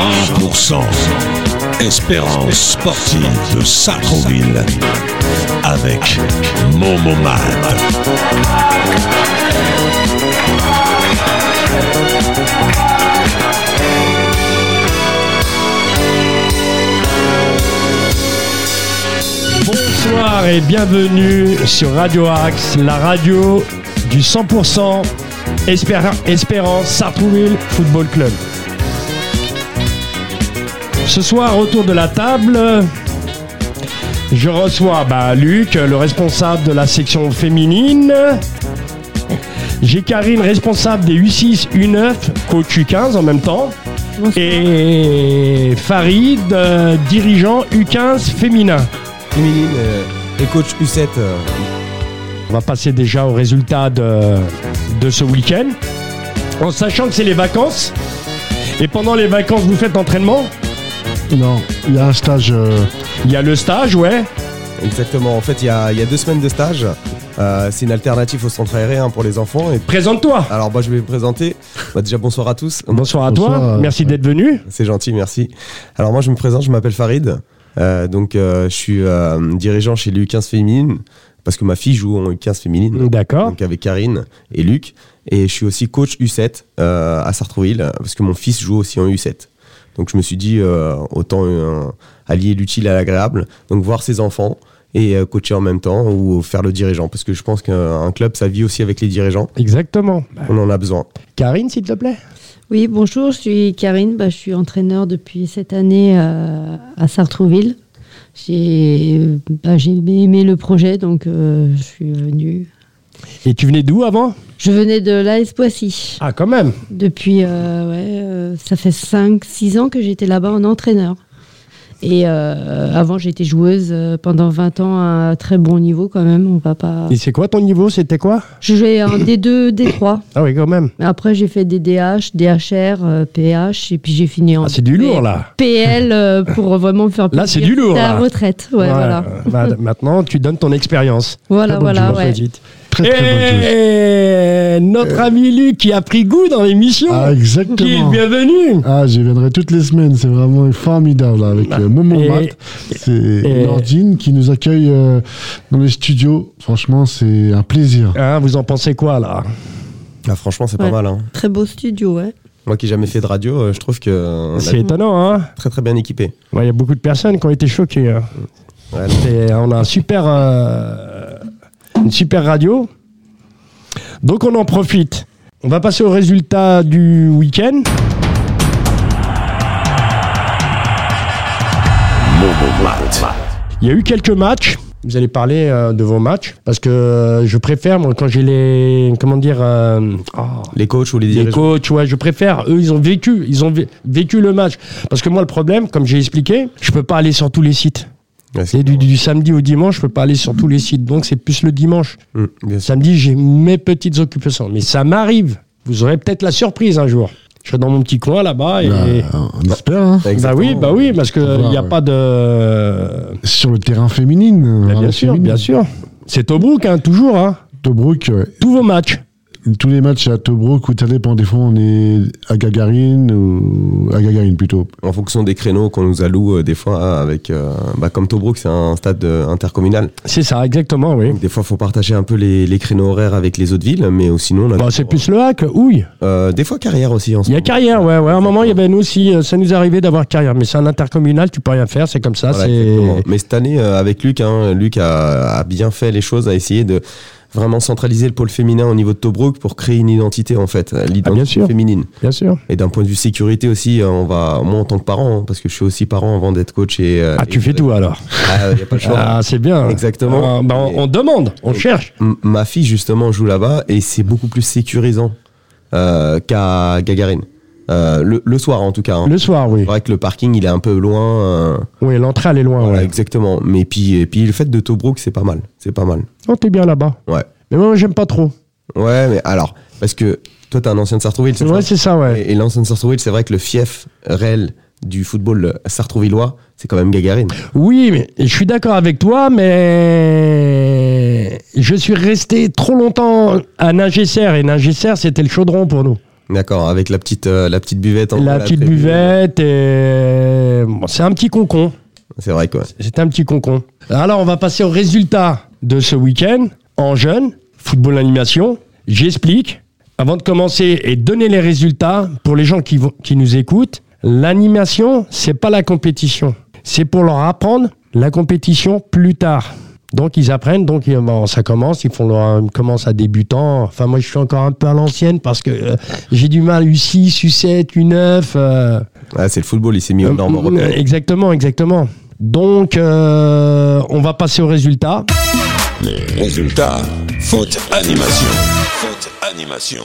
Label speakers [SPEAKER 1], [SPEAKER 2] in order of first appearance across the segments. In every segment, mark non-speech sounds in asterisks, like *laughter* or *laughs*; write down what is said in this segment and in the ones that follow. [SPEAKER 1] 100%. Espérance sportive de Sacroville avec Momo
[SPEAKER 2] Bonsoir et bienvenue sur Radio Axe, la radio du 100% Espér- Espérance Sartrouville Football Club. Ce soir, autour de la table, je reçois bah, Luc, le responsable de la section féminine. J'ai Karine, responsable des U6, U9, coach U15 en même temps. Et Farid, euh, dirigeant U15 féminin.
[SPEAKER 3] Féminine euh, et coach U7. euh,
[SPEAKER 2] On va passer déjà aux résultats de, de ce week-end. En sachant que c'est les vacances. Et pendant les vacances, vous faites entraînement.
[SPEAKER 4] Non, il y a un stage. euh,
[SPEAKER 2] Il y a le stage, ouais.
[SPEAKER 3] exactement. En fait, il y a, il y a deux semaines de stage. Euh, c'est une alternative au centre aérien pour les enfants. Et...
[SPEAKER 2] Présente-toi.
[SPEAKER 3] Alors, moi, je vais vous présenter. Bah, déjà, bonsoir à tous.
[SPEAKER 2] Bonsoir à
[SPEAKER 4] Bonsoir,
[SPEAKER 2] toi.
[SPEAKER 4] euh,
[SPEAKER 2] Merci d'être venu.
[SPEAKER 3] C'est gentil, merci. Alors, moi, je me présente, je m'appelle Farid. Euh, donc, euh, je suis euh, dirigeant chez l'U15 féminine parce que ma fille joue en U15 féminine.
[SPEAKER 2] D'accord.
[SPEAKER 3] donc avec Karine et Luc. Et je suis aussi coach U7 euh, à Sartrouville euh, parce que mon fils joue aussi en U7. Donc je me suis dit euh, autant euh, allier l'utile à l'agréable, donc voir ses enfants et euh, coacher en même temps ou faire le dirigeant parce que je pense qu'un club ça vit aussi avec les dirigeants,
[SPEAKER 2] Exactement. Bah,
[SPEAKER 3] on en a besoin.
[SPEAKER 2] Karine, s'il te plaît.
[SPEAKER 5] Oui, bonjour, je suis Karine, bah, je suis entraîneur depuis cette année euh, à Sartrouville. J'ai bah, j'ai aimé le projet, donc euh, je suis venue.
[SPEAKER 2] Et tu venais d'où avant
[SPEAKER 5] Je venais de l'AS Poissy.
[SPEAKER 2] Ah, quand même.
[SPEAKER 5] Depuis, euh, ouais, euh, ça fait 5-6 ans que j'étais là-bas en entraîneur. Et euh, avant, j'étais joueuse euh, pendant 20 ans à un très bon niveau quand même. On va pas.
[SPEAKER 2] Et c'est quoi ton niveau C'était quoi
[SPEAKER 5] Je jouais en D2, D3.
[SPEAKER 2] Ah, oui, quand même.
[SPEAKER 5] Après, j'ai fait des DH, DHR, euh, PH, et puis j'ai fini en.
[SPEAKER 2] Ah, c'est du
[SPEAKER 5] P-
[SPEAKER 2] lourd, là.
[SPEAKER 5] PL euh, pour vraiment me faire
[SPEAKER 2] Là, c'est
[SPEAKER 5] plaisir.
[SPEAKER 2] du lourd,
[SPEAKER 5] à
[SPEAKER 2] là.
[SPEAKER 5] la retraite, ouais, voilà.
[SPEAKER 2] Bah, maintenant, tu donnes ton expérience.
[SPEAKER 5] Voilà,
[SPEAKER 2] Très bonne
[SPEAKER 5] voilà,
[SPEAKER 2] chose,
[SPEAKER 5] ouais.
[SPEAKER 2] vite.
[SPEAKER 4] Très très bonne chose.
[SPEAKER 2] Et notre ami Luc qui a pris goût dans l'émission.
[SPEAKER 4] Ah,
[SPEAKER 2] qui est
[SPEAKER 4] exactement.
[SPEAKER 2] bienvenu.
[SPEAKER 4] Ah, j'y viendrai toutes les semaines, c'est vraiment formidable là, avec euh, Momo
[SPEAKER 2] Bah, Et-
[SPEAKER 4] Matt,
[SPEAKER 2] et-
[SPEAKER 4] c'est Nordine qui nous accueille euh, dans les studios. Franchement, c'est un plaisir.
[SPEAKER 2] Hein, vous en pensez quoi là
[SPEAKER 3] Là franchement c'est
[SPEAKER 5] Ouais.
[SPEAKER 3] pas mal. hein.
[SPEAKER 5] Très beau studio, ouais.
[SPEAKER 3] Moi qui ai jamais fait de radio, euh, je trouve que euh, on est
[SPEAKER 2] C'est étonnant, hein
[SPEAKER 3] très très bien équipé.
[SPEAKER 2] Il y a beaucoup de personnes qui ont été choquées. hein.
[SPEAKER 3] Ouais,
[SPEAKER 2] C'est- on a un super, euh, une super radio. Donc on en profite. On va passer aux résultats du week-end. Il y a eu quelques matchs. Vous allez parler euh, de vos matchs parce que euh, je préfère moi, quand j'ai les comment dire euh, oh,
[SPEAKER 3] Les coachs ou les
[SPEAKER 2] les
[SPEAKER 3] dirigeants.
[SPEAKER 2] coachs, ouais, je préfère. Eux, ils ont vécu, ils ont vé- vécu le match. Parce que moi, le problème, comme j'ai expliqué, je peux pas aller sur tous les sites.
[SPEAKER 3] Ouais, c'est-
[SPEAKER 2] Et du, du samedi au dimanche, je peux pas aller sur tous les sites. Donc, c'est plus le dimanche.
[SPEAKER 3] Mm, bien
[SPEAKER 2] Le
[SPEAKER 3] sûr.
[SPEAKER 2] samedi, j'ai mes petites occupations. Mais ça m'arrive. Vous aurez peut-être la surprise un jour. Je serai dans mon petit coin là-bas et.
[SPEAKER 4] Là, on espère. hein.
[SPEAKER 2] Bah
[SPEAKER 3] Exactement.
[SPEAKER 2] oui, bah oui, parce qu'il
[SPEAKER 4] Bah,
[SPEAKER 2] n'y a
[SPEAKER 4] ouais.
[SPEAKER 2] pas de.
[SPEAKER 4] Sur le terrain féminine.
[SPEAKER 2] Bah, bien sûr, bien sûr. C'est Tobruk, hein, toujours. Hein.
[SPEAKER 4] Tobruk, ouais.
[SPEAKER 2] Tous vos matchs.
[SPEAKER 4] euh, tous les matchs à Tobruk où ça dépend. Des fois, on est à Gagarine ou à Gagarine plutôt.
[SPEAKER 3] en fonction des créneaux qu'on nous alloue euh, des fois euh, avec euh, bah, comme Tobruk c'est un stade euh, intercommunal
[SPEAKER 2] C'est ça, exactement, oui.
[SPEAKER 3] donc des fois faut partager un peu les, les créneaux horaires avec les autres villes mais euh, sinon on a-
[SPEAKER 2] Bah, c'est plus le hack, houille.
[SPEAKER 3] Euh, des fois carrière aussi en
[SPEAKER 2] Il
[SPEAKER 3] ce
[SPEAKER 2] y a
[SPEAKER 3] moment.
[SPEAKER 2] carrière, ouais, ouais. À un moment, il y avait nous aussi, euh, ça nous arrivait d'avoir carrière, mais c'est un intercommunal, tu peux rien faire, c'est comme ça.
[SPEAKER 3] Voilà,
[SPEAKER 2] c'est
[SPEAKER 3] exactement. mais cette année euh, avec Luc hein, Luc a, a bien fait les choses a essayé de vraiment centraliser le pôle féminin au niveau de Tobruk pour créer une identité en fait euh,
[SPEAKER 2] Ah, bien
[SPEAKER 3] l'identité
[SPEAKER 2] sûr.
[SPEAKER 3] féminine
[SPEAKER 2] Bien sûr.
[SPEAKER 3] et d'un point de vue sécurité aussi euh, on va moi en tant que parent hein, parce que je suis aussi parent avant d'être coach et euh,
[SPEAKER 2] Ah, tu
[SPEAKER 3] et-
[SPEAKER 2] fais tout alors.
[SPEAKER 3] Ah, y a pas le choix.
[SPEAKER 2] Ah, c'est bien.
[SPEAKER 3] Exactement.
[SPEAKER 2] Ah, bah, on, on demande, on cherche.
[SPEAKER 3] M- ma fille justement joue là-bas et c'est beaucoup plus sécurisant euh, qu'à Gagarine. Euh, le, le soir en tout cas. hein.
[SPEAKER 2] Le soir, oui.
[SPEAKER 3] C'est vrai que le parking il est un peu loin. euh,
[SPEAKER 2] Oui, l'entrée, elle est loin,
[SPEAKER 3] voilà,
[SPEAKER 2] ouais.
[SPEAKER 3] Exactement. Mais puis, et puis le fait de Tobruk c'est pas mal. C'est pas mal.
[SPEAKER 2] Oh, t'es bien là-bas.
[SPEAKER 3] Ouais.
[SPEAKER 2] Mais moi, j'aime pas trop.
[SPEAKER 3] Ouais mais alors parce que toi t'es un ancien de Sartrouville c'est
[SPEAKER 2] Ouais,
[SPEAKER 3] ça
[SPEAKER 2] c'est ça, ouais.
[SPEAKER 3] Et, et l'ancien de Sartrouville c'est vrai que le fief réel du football sartrouvillois c'est quand même Gagarine.
[SPEAKER 2] Oui, mais je suis d'accord avec toi, mais je suis resté trop longtemps à Nagesser, et Nagesser, c'était le chaudron pour nous.
[SPEAKER 3] D'accord, avec la petite, euh, la petite buvette. en
[SPEAKER 2] La
[SPEAKER 3] bas,
[SPEAKER 2] petite
[SPEAKER 3] après.
[SPEAKER 2] buvette et. bon, c'est un petit concon.
[SPEAKER 3] C'est vrai quoi.
[SPEAKER 2] C'est un petit concon. Alors, on va passer aux résultats de ce week-end en jeune, football animation. J'explique. Avant de commencer et donner les résultats pour les gens qui, vont- qui nous écoutent, l'animation, c'est pas la compétition. C'est pour leur apprendre la compétition plus tard. Donc ils apprennent, donc ils- bon, ça commence, ils font leur, ils commencent à débutant. Enfin moi je suis encore un peu à l'ancienne parce que euh, j'ai du mal U6, U7, U9. euh,
[SPEAKER 3] Ah, c'est le football, il s'est mis aux normes
[SPEAKER 2] euh, euh,
[SPEAKER 3] européennes.
[SPEAKER 2] Exactement, exactement. Donc, euh, on va passer aux résultats.
[SPEAKER 1] Résultat, faute animation. Faute animation.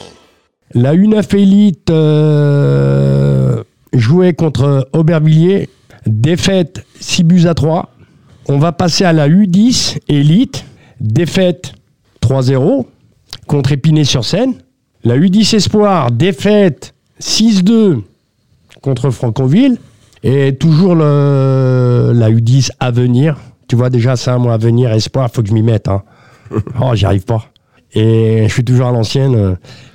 [SPEAKER 2] La U9 Elite euh, jouait contre Aubervilliers. Défaite 6 buts à 3. On va passer à la U10 Elite. Défaite 3-0 contre Épinay-sur-Seine. La U10 Espoir, défaite 6-2 contre Franconville. Et toujours le, la U10 Avenir. Tu vois déjà ça, moi, Avenir, Espoir, faut que je m'y mette. hein. Oh, j'y arrive pas. Et je suis toujours à l'ancienne. euh.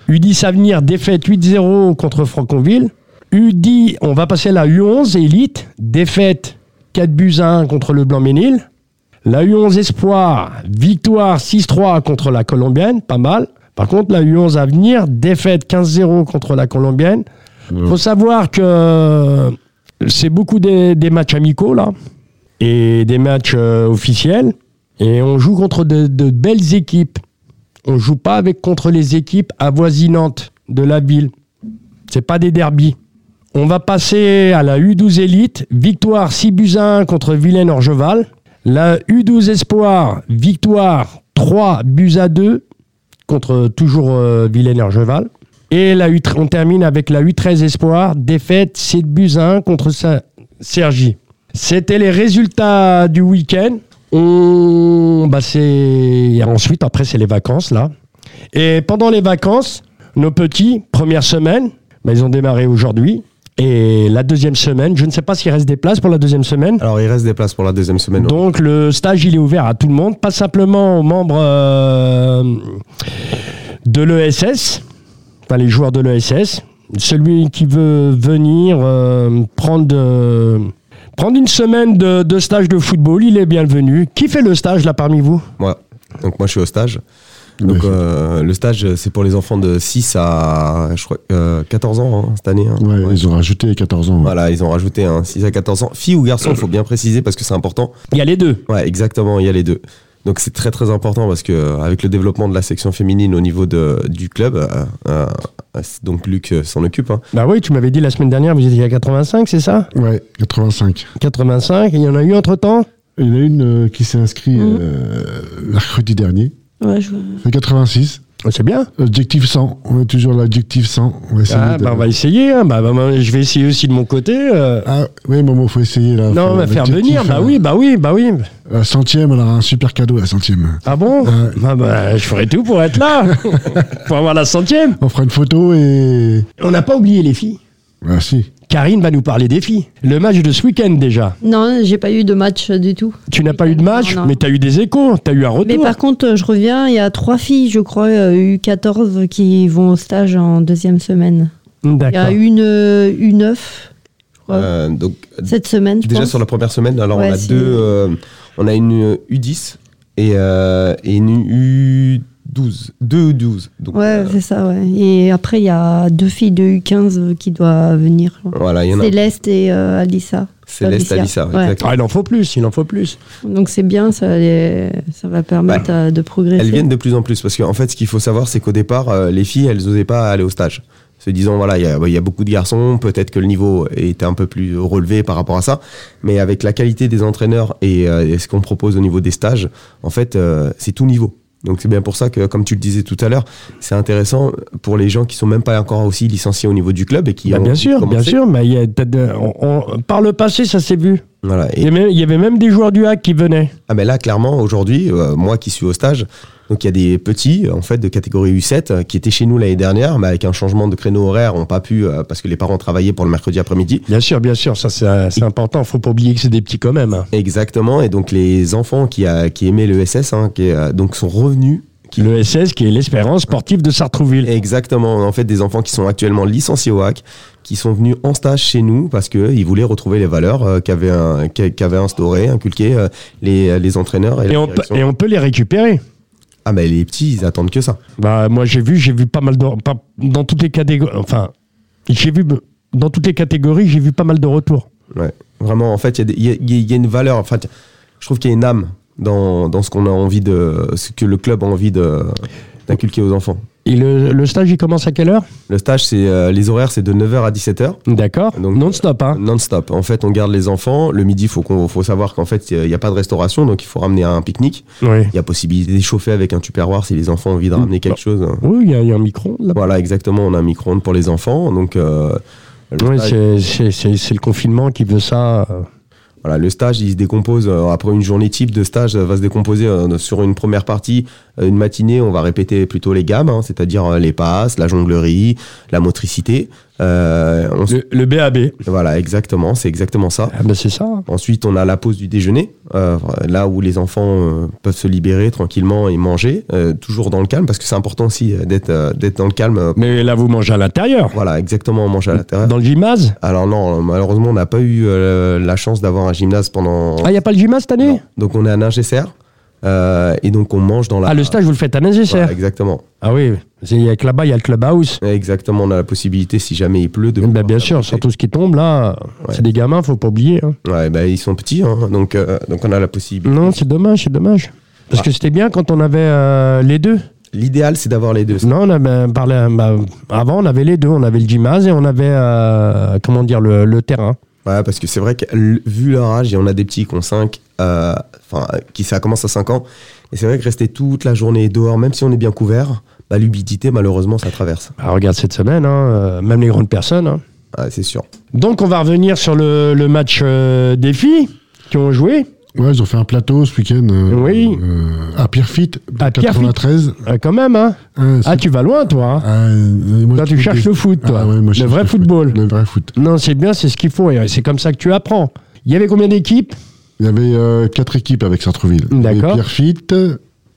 [SPEAKER 2] U10 Avenir, défaite 8-0 contre Franconville. U10, on va passer à la U11 Elite, défaite 4 buts à 1 contre le Blanc-Ménil. La U11 Espoir, victoire 6-3 contre la Colombienne, pas mal. Par contre, la U11 Avenir, défaite 15-0 contre la Colombienne. faut savoir que euh, c'est beaucoup des, des matchs amicaux, là, et des matchs euh, officiels. Et on joue contre de, de belles équipes. On joue pas avec contre les équipes avoisinantes de la ville. C'est pas des derbies. On va passer à la U12 Elite. Victoire 6 buts à 1 contre Vilaine-Orgeval. La U12 Espoir, victoire 3 buts à 2 contre euh, toujours euh, Vilaine-Orgeval. Et la U13 on termine avec la U13 Espoir, défaite 7 buts à 1 contre Sa- Sergi. C'était les résultats du week-end. On, bah c'est ensuite après c'est les vacances là. Et pendant les vacances, nos petits première semaine, bah, ils ont démarré aujourd'hui et la deuxième semaine, je ne sais pas s'il reste des places pour la deuxième semaine.
[SPEAKER 3] Alors il reste des places pour la deuxième semaine. ouais.
[SPEAKER 2] Donc le stage, il est ouvert à tout le monde, pas simplement aux membres euh, de l'ESS, enfin les joueurs de l'ESS. Celui qui veut venir euh, prendre, euh, prendre une semaine de, de stage de football, il est bienvenu. Qui fait le stage là parmi vous
[SPEAKER 3] Moi. Donc moi je suis au stage. Donc euh, le stage c'est pour les enfants de 6 à je crois, euh, 14 ans hein, cette année. hein.
[SPEAKER 4] Ouais,
[SPEAKER 3] Ouais.
[SPEAKER 4] ils ont rajouté 14 ans. ouais.
[SPEAKER 3] Voilà, ils ont rajouté un 6 à 14 ans. Filles ou garçons, il faut bien préciser parce que c'est important.
[SPEAKER 2] Il y a les deux.
[SPEAKER 3] Ouais, exactement, il y a les deux. Donc c'est très très important parce que euh, avec le développement de la section féminine au niveau de, du club, euh, euh, donc Luc euh, s'en occupe. hein.
[SPEAKER 2] Bah oui, tu m'avais dit la semaine dernière, vous étiez à 85, c'est ça
[SPEAKER 4] Ouais, 85.
[SPEAKER 2] 85, il y en a eu entre-temps
[SPEAKER 4] Il y en a une euh, qui s'est inscrite
[SPEAKER 5] Mhm.
[SPEAKER 4] euh, mercredi dernier.
[SPEAKER 5] Ouais, je-
[SPEAKER 4] C'est 86.
[SPEAKER 2] Oh, C'est bien.
[SPEAKER 4] Objectif 100. On est toujours à l'objectif 100. On va essayer
[SPEAKER 2] Ah,
[SPEAKER 4] de-
[SPEAKER 2] bah, on va essayer. hein. Bah, bah, bah, je vais essayer aussi de mon côté. euh.
[SPEAKER 4] Ah, oui, maman, faut essayer là.
[SPEAKER 2] non, on
[SPEAKER 4] Faut-
[SPEAKER 2] va faire
[SPEAKER 4] l'objectif,
[SPEAKER 2] venir. Bah
[SPEAKER 4] euh,
[SPEAKER 2] oui, bah oui, bah oui.
[SPEAKER 4] La centième, elle aura un super cadeau, la centième.
[SPEAKER 2] Ah bon
[SPEAKER 4] Ouais.
[SPEAKER 2] bah, bah, Je ferai tout pour être là, *laughs* pour avoir la centième.
[SPEAKER 4] On fera une photo et.
[SPEAKER 2] On n'a pas oublié les filles.
[SPEAKER 4] Ah, si.
[SPEAKER 2] Karine va nous parler des filles. Le match de ce week-end déjà.
[SPEAKER 5] Non, j'ai pas eu de match euh, du tout.
[SPEAKER 2] Tu n'as pas eu de match,
[SPEAKER 5] Non, non.
[SPEAKER 2] mais tu as eu des échos, tu as eu un
[SPEAKER 5] Mais
[SPEAKER 2] retour.
[SPEAKER 5] par contre, euh, je reviens, il y a trois filles, je crois, euh, U14 qui vont au stage en deuxième semaine. Il y a
[SPEAKER 2] D'accord.
[SPEAKER 5] une euh, U9 je crois,
[SPEAKER 3] Euh, donc
[SPEAKER 5] cette semaine, je
[SPEAKER 3] Déjà
[SPEAKER 5] pense.
[SPEAKER 3] sur la première semaine, alors
[SPEAKER 5] Ouais,
[SPEAKER 3] on a
[SPEAKER 5] si.
[SPEAKER 3] deux, euh, on a une euh, U10 et, euh, et une U12, deux U12. Donc,
[SPEAKER 5] Ouais,
[SPEAKER 3] euh,
[SPEAKER 5] c'est ça, ouais. Et après, il y a deux filles de U15 qui doivent venir. je crois.
[SPEAKER 3] voilà, il y en a.
[SPEAKER 5] Céleste et euh, Alissa.
[SPEAKER 3] Céleste,
[SPEAKER 5] Alicia.
[SPEAKER 3] Alissa,
[SPEAKER 5] Ouais.
[SPEAKER 3] exactement.
[SPEAKER 2] Ah, il en faut plus, il en faut plus.
[SPEAKER 5] Donc c'est bien, ça, les- ça va permettre euh, de progresser.
[SPEAKER 3] Elles viennent de plus en plus parce qu'en fait, ce qu'il faut savoir, c'est qu'au départ, euh, les filles, elles n'osaient pas aller au stage. Se disant, voilà, il y, a- il y a beaucoup de garçons, peut-être que le niveau était un peu plus relevé par rapport à ça. Mais avec la qualité des entraîneurs et, euh, et ce qu'on propose au niveau des stages, en fait, euh, c'est tout niveau. Donc c'est bien pour ça que, comme tu le disais tout à l'heure, c'est intéressant pour les gens qui sont même pas encore aussi licenciés au niveau du club et qui
[SPEAKER 2] Bah,
[SPEAKER 3] ont
[SPEAKER 2] bien sûr, bien
[SPEAKER 3] commencé.
[SPEAKER 2] sûr. Mais il y a- t'as de- on- on- par le passé, ça s'est vu.
[SPEAKER 3] Voilà.
[SPEAKER 2] Il y,
[SPEAKER 3] Et,
[SPEAKER 2] avait, il y avait même des joueurs du hack qui venaient.
[SPEAKER 3] ah mais là, clairement, aujourd'hui, euh, moi qui suis au stage, donc il y a des petits en fait de catégorie U7 euh, qui étaient chez nous l'année dernière, mais avec un changement de créneau horaire, ont pas pu euh, parce que les parents travaillaient pour le mercredi après-midi.
[SPEAKER 2] Bien sûr, bien sûr, ça c'est euh, c'est important. faut pas oublier que c'est des petits quand même. hein.
[SPEAKER 3] Exactement. Et donc les enfants qui, a, qui aimaient le SS, hein, qui euh, donc sont revenus
[SPEAKER 2] Le SS qui est l'espérance sportive de Sartrouville.
[SPEAKER 3] Exactement. En fait, des enfants qui sont actuellement licenciés au HAC, qui sont venus en stage chez nous parce que ils voulaient retrouver les valeurs euh, qu'avaient un- qu'a- qu'avaient instaurées, inculquées euh, les, les entraîneurs et,
[SPEAKER 2] Et
[SPEAKER 3] la
[SPEAKER 2] on, peut-
[SPEAKER 3] direction.
[SPEAKER 2] et on peut les récupérer.
[SPEAKER 3] Ah bah les petits, ils attendent que ça.
[SPEAKER 2] Bah, moi, j'ai vu, j'ai vu pas mal de. pas- dans toutes les catégories. Enfin, j'ai vu. Dans toutes les catégories, j'ai vu pas mal de retours.
[SPEAKER 3] Ouais. Vraiment, en fait, il y a des- il y, a- il y a- il y a une valeur. Enfin, t- je trouve qu'il y a une âme dans, dans ce qu'on a envie de, ce que le club a envie de d'inculquer aux enfants.
[SPEAKER 2] Et le, le stage, il commence à quelle heure
[SPEAKER 3] Le stage, c'est euh, les horaires, c'est de 9h à 17h.
[SPEAKER 2] D'accord.
[SPEAKER 3] Donc,
[SPEAKER 2] Non-stop, hein.
[SPEAKER 3] Non-stop. En fait, on garde les enfants. Le midi, faut qu'on, faut savoir qu'en fait, il n'y a pas de restauration, donc il faut ramener un pique-nique.
[SPEAKER 2] Oui.
[SPEAKER 3] Il y a possibilité de chauffer avec un tupperware si les enfants ont envie de
[SPEAKER 2] Mm.
[SPEAKER 3] ramener quelque chose. hein.
[SPEAKER 2] Oui, il y, a- il y a un micro. là.
[SPEAKER 3] Voilà, exactement. On a un micro-ondes pour les enfants. Donc, euh, le
[SPEAKER 2] Oui,
[SPEAKER 3] stage-
[SPEAKER 2] c'est- c'est c'est- c'est le confinement qui veut ça. euh.
[SPEAKER 3] Voilà, le stage, il se décompose euh, après une journée type de stage, euh, va se décomposer euh, sur une première partie, euh, une matinée, on va répéter plutôt les gammes, hein, c'est-à-dire euh, les passes, la jonglerie, la motricité. Euh, on s-
[SPEAKER 2] Le, le BAB.
[SPEAKER 3] Voilà, exactement, c'est exactement ça.
[SPEAKER 2] Ah ben, c'est ça. hein.
[SPEAKER 3] Ensuite, on a la pause du déjeuner, euh, là où les enfants euh, peuvent se libérer tranquillement et manger, euh, toujours dans le calme, parce que c'est important aussi euh, d'être euh, d'être dans le calme. euh,
[SPEAKER 2] Mais là, vous mangez à l'intérieur.
[SPEAKER 3] Voilà, exactement, on mange à l'intérieur.
[SPEAKER 2] Dans le gymnase
[SPEAKER 3] Alors non, malheureusement, on n'a pas eu euh, la chance d'avoir un gymnase pendant...
[SPEAKER 2] Ah, il n'y a pas le gymnase cette année
[SPEAKER 3] Non. Donc on est à Ningesser euh, et donc on mange dans la.
[SPEAKER 2] Ah, le stage, vous le faites à
[SPEAKER 3] Voilà,
[SPEAKER 2] nécessaire.
[SPEAKER 3] exactement.
[SPEAKER 2] Ah oui, c'est- il y a que là-bas, il y a le clubhouse.
[SPEAKER 3] Exactement, on a la possibilité si jamais il pleut de.
[SPEAKER 2] Ben,
[SPEAKER 3] pouvoir
[SPEAKER 2] bien
[SPEAKER 3] faire
[SPEAKER 2] sûr,
[SPEAKER 3] monter.
[SPEAKER 2] surtout ce qui tombe là,
[SPEAKER 3] Ouais.
[SPEAKER 2] c'est des gamins, faut pas oublier. hein.
[SPEAKER 3] Ouais, ben, ils sont petits, hein, donc euh, donc on a la possibilité.
[SPEAKER 2] Non, c'est dommage, c'est dommage. Parce
[SPEAKER 3] Ah.
[SPEAKER 2] que c'était bien quand on avait euh, les deux.
[SPEAKER 3] L'idéal c'est d'avoir les deux.
[SPEAKER 2] Non, on avait parlé, bah, avant, on avait les deux. On avait le gymnase et on avait, euh, comment dire, le, le terrain.
[SPEAKER 3] Ouais, parce que c'est vrai que l- vu leur âge, il y en a des petits qui ont 5, enfin qui ça commence à 5 ans. Et c'est vrai que rester toute la journée dehors, même si on est bien couvert, bah, l'humidité malheureusement ça traverse.
[SPEAKER 2] Bah, regarde cette semaine, hein, euh, même les grandes personnes. hein.
[SPEAKER 3] Ouais, c'est sûr.
[SPEAKER 2] Donc, on va revenir sur le, le match euh, des filles qui ont joué.
[SPEAKER 4] Ouais, ils ont fait un plateau ce week-end. euh,
[SPEAKER 2] Oui.
[SPEAKER 4] euh, à Pierrefitte, de
[SPEAKER 2] À Pierrefitte.
[SPEAKER 4] 93.
[SPEAKER 2] Euh, quand même, hein.
[SPEAKER 4] Hein,
[SPEAKER 2] Ah,
[SPEAKER 4] c'est-
[SPEAKER 2] tu vas loin, toi. hein.
[SPEAKER 4] Ah, euh, moi,
[SPEAKER 2] Toi,
[SPEAKER 4] je
[SPEAKER 2] tu
[SPEAKER 4] trouve
[SPEAKER 2] cherches
[SPEAKER 4] que-
[SPEAKER 2] le foot, toi.
[SPEAKER 4] Ah ouais, moi, je
[SPEAKER 2] le
[SPEAKER 4] cherche
[SPEAKER 2] vrai
[SPEAKER 4] le foot.
[SPEAKER 2] football.
[SPEAKER 4] Le vrai foot.
[SPEAKER 2] Non, c'est bien, c'est ce qu'il faut. Et c'est comme ça que tu apprends. Il y avait combien d'équipes
[SPEAKER 4] Il y avait euh, quatre équipes avec Sartreville.
[SPEAKER 2] D'accord.
[SPEAKER 4] Pierrefitte,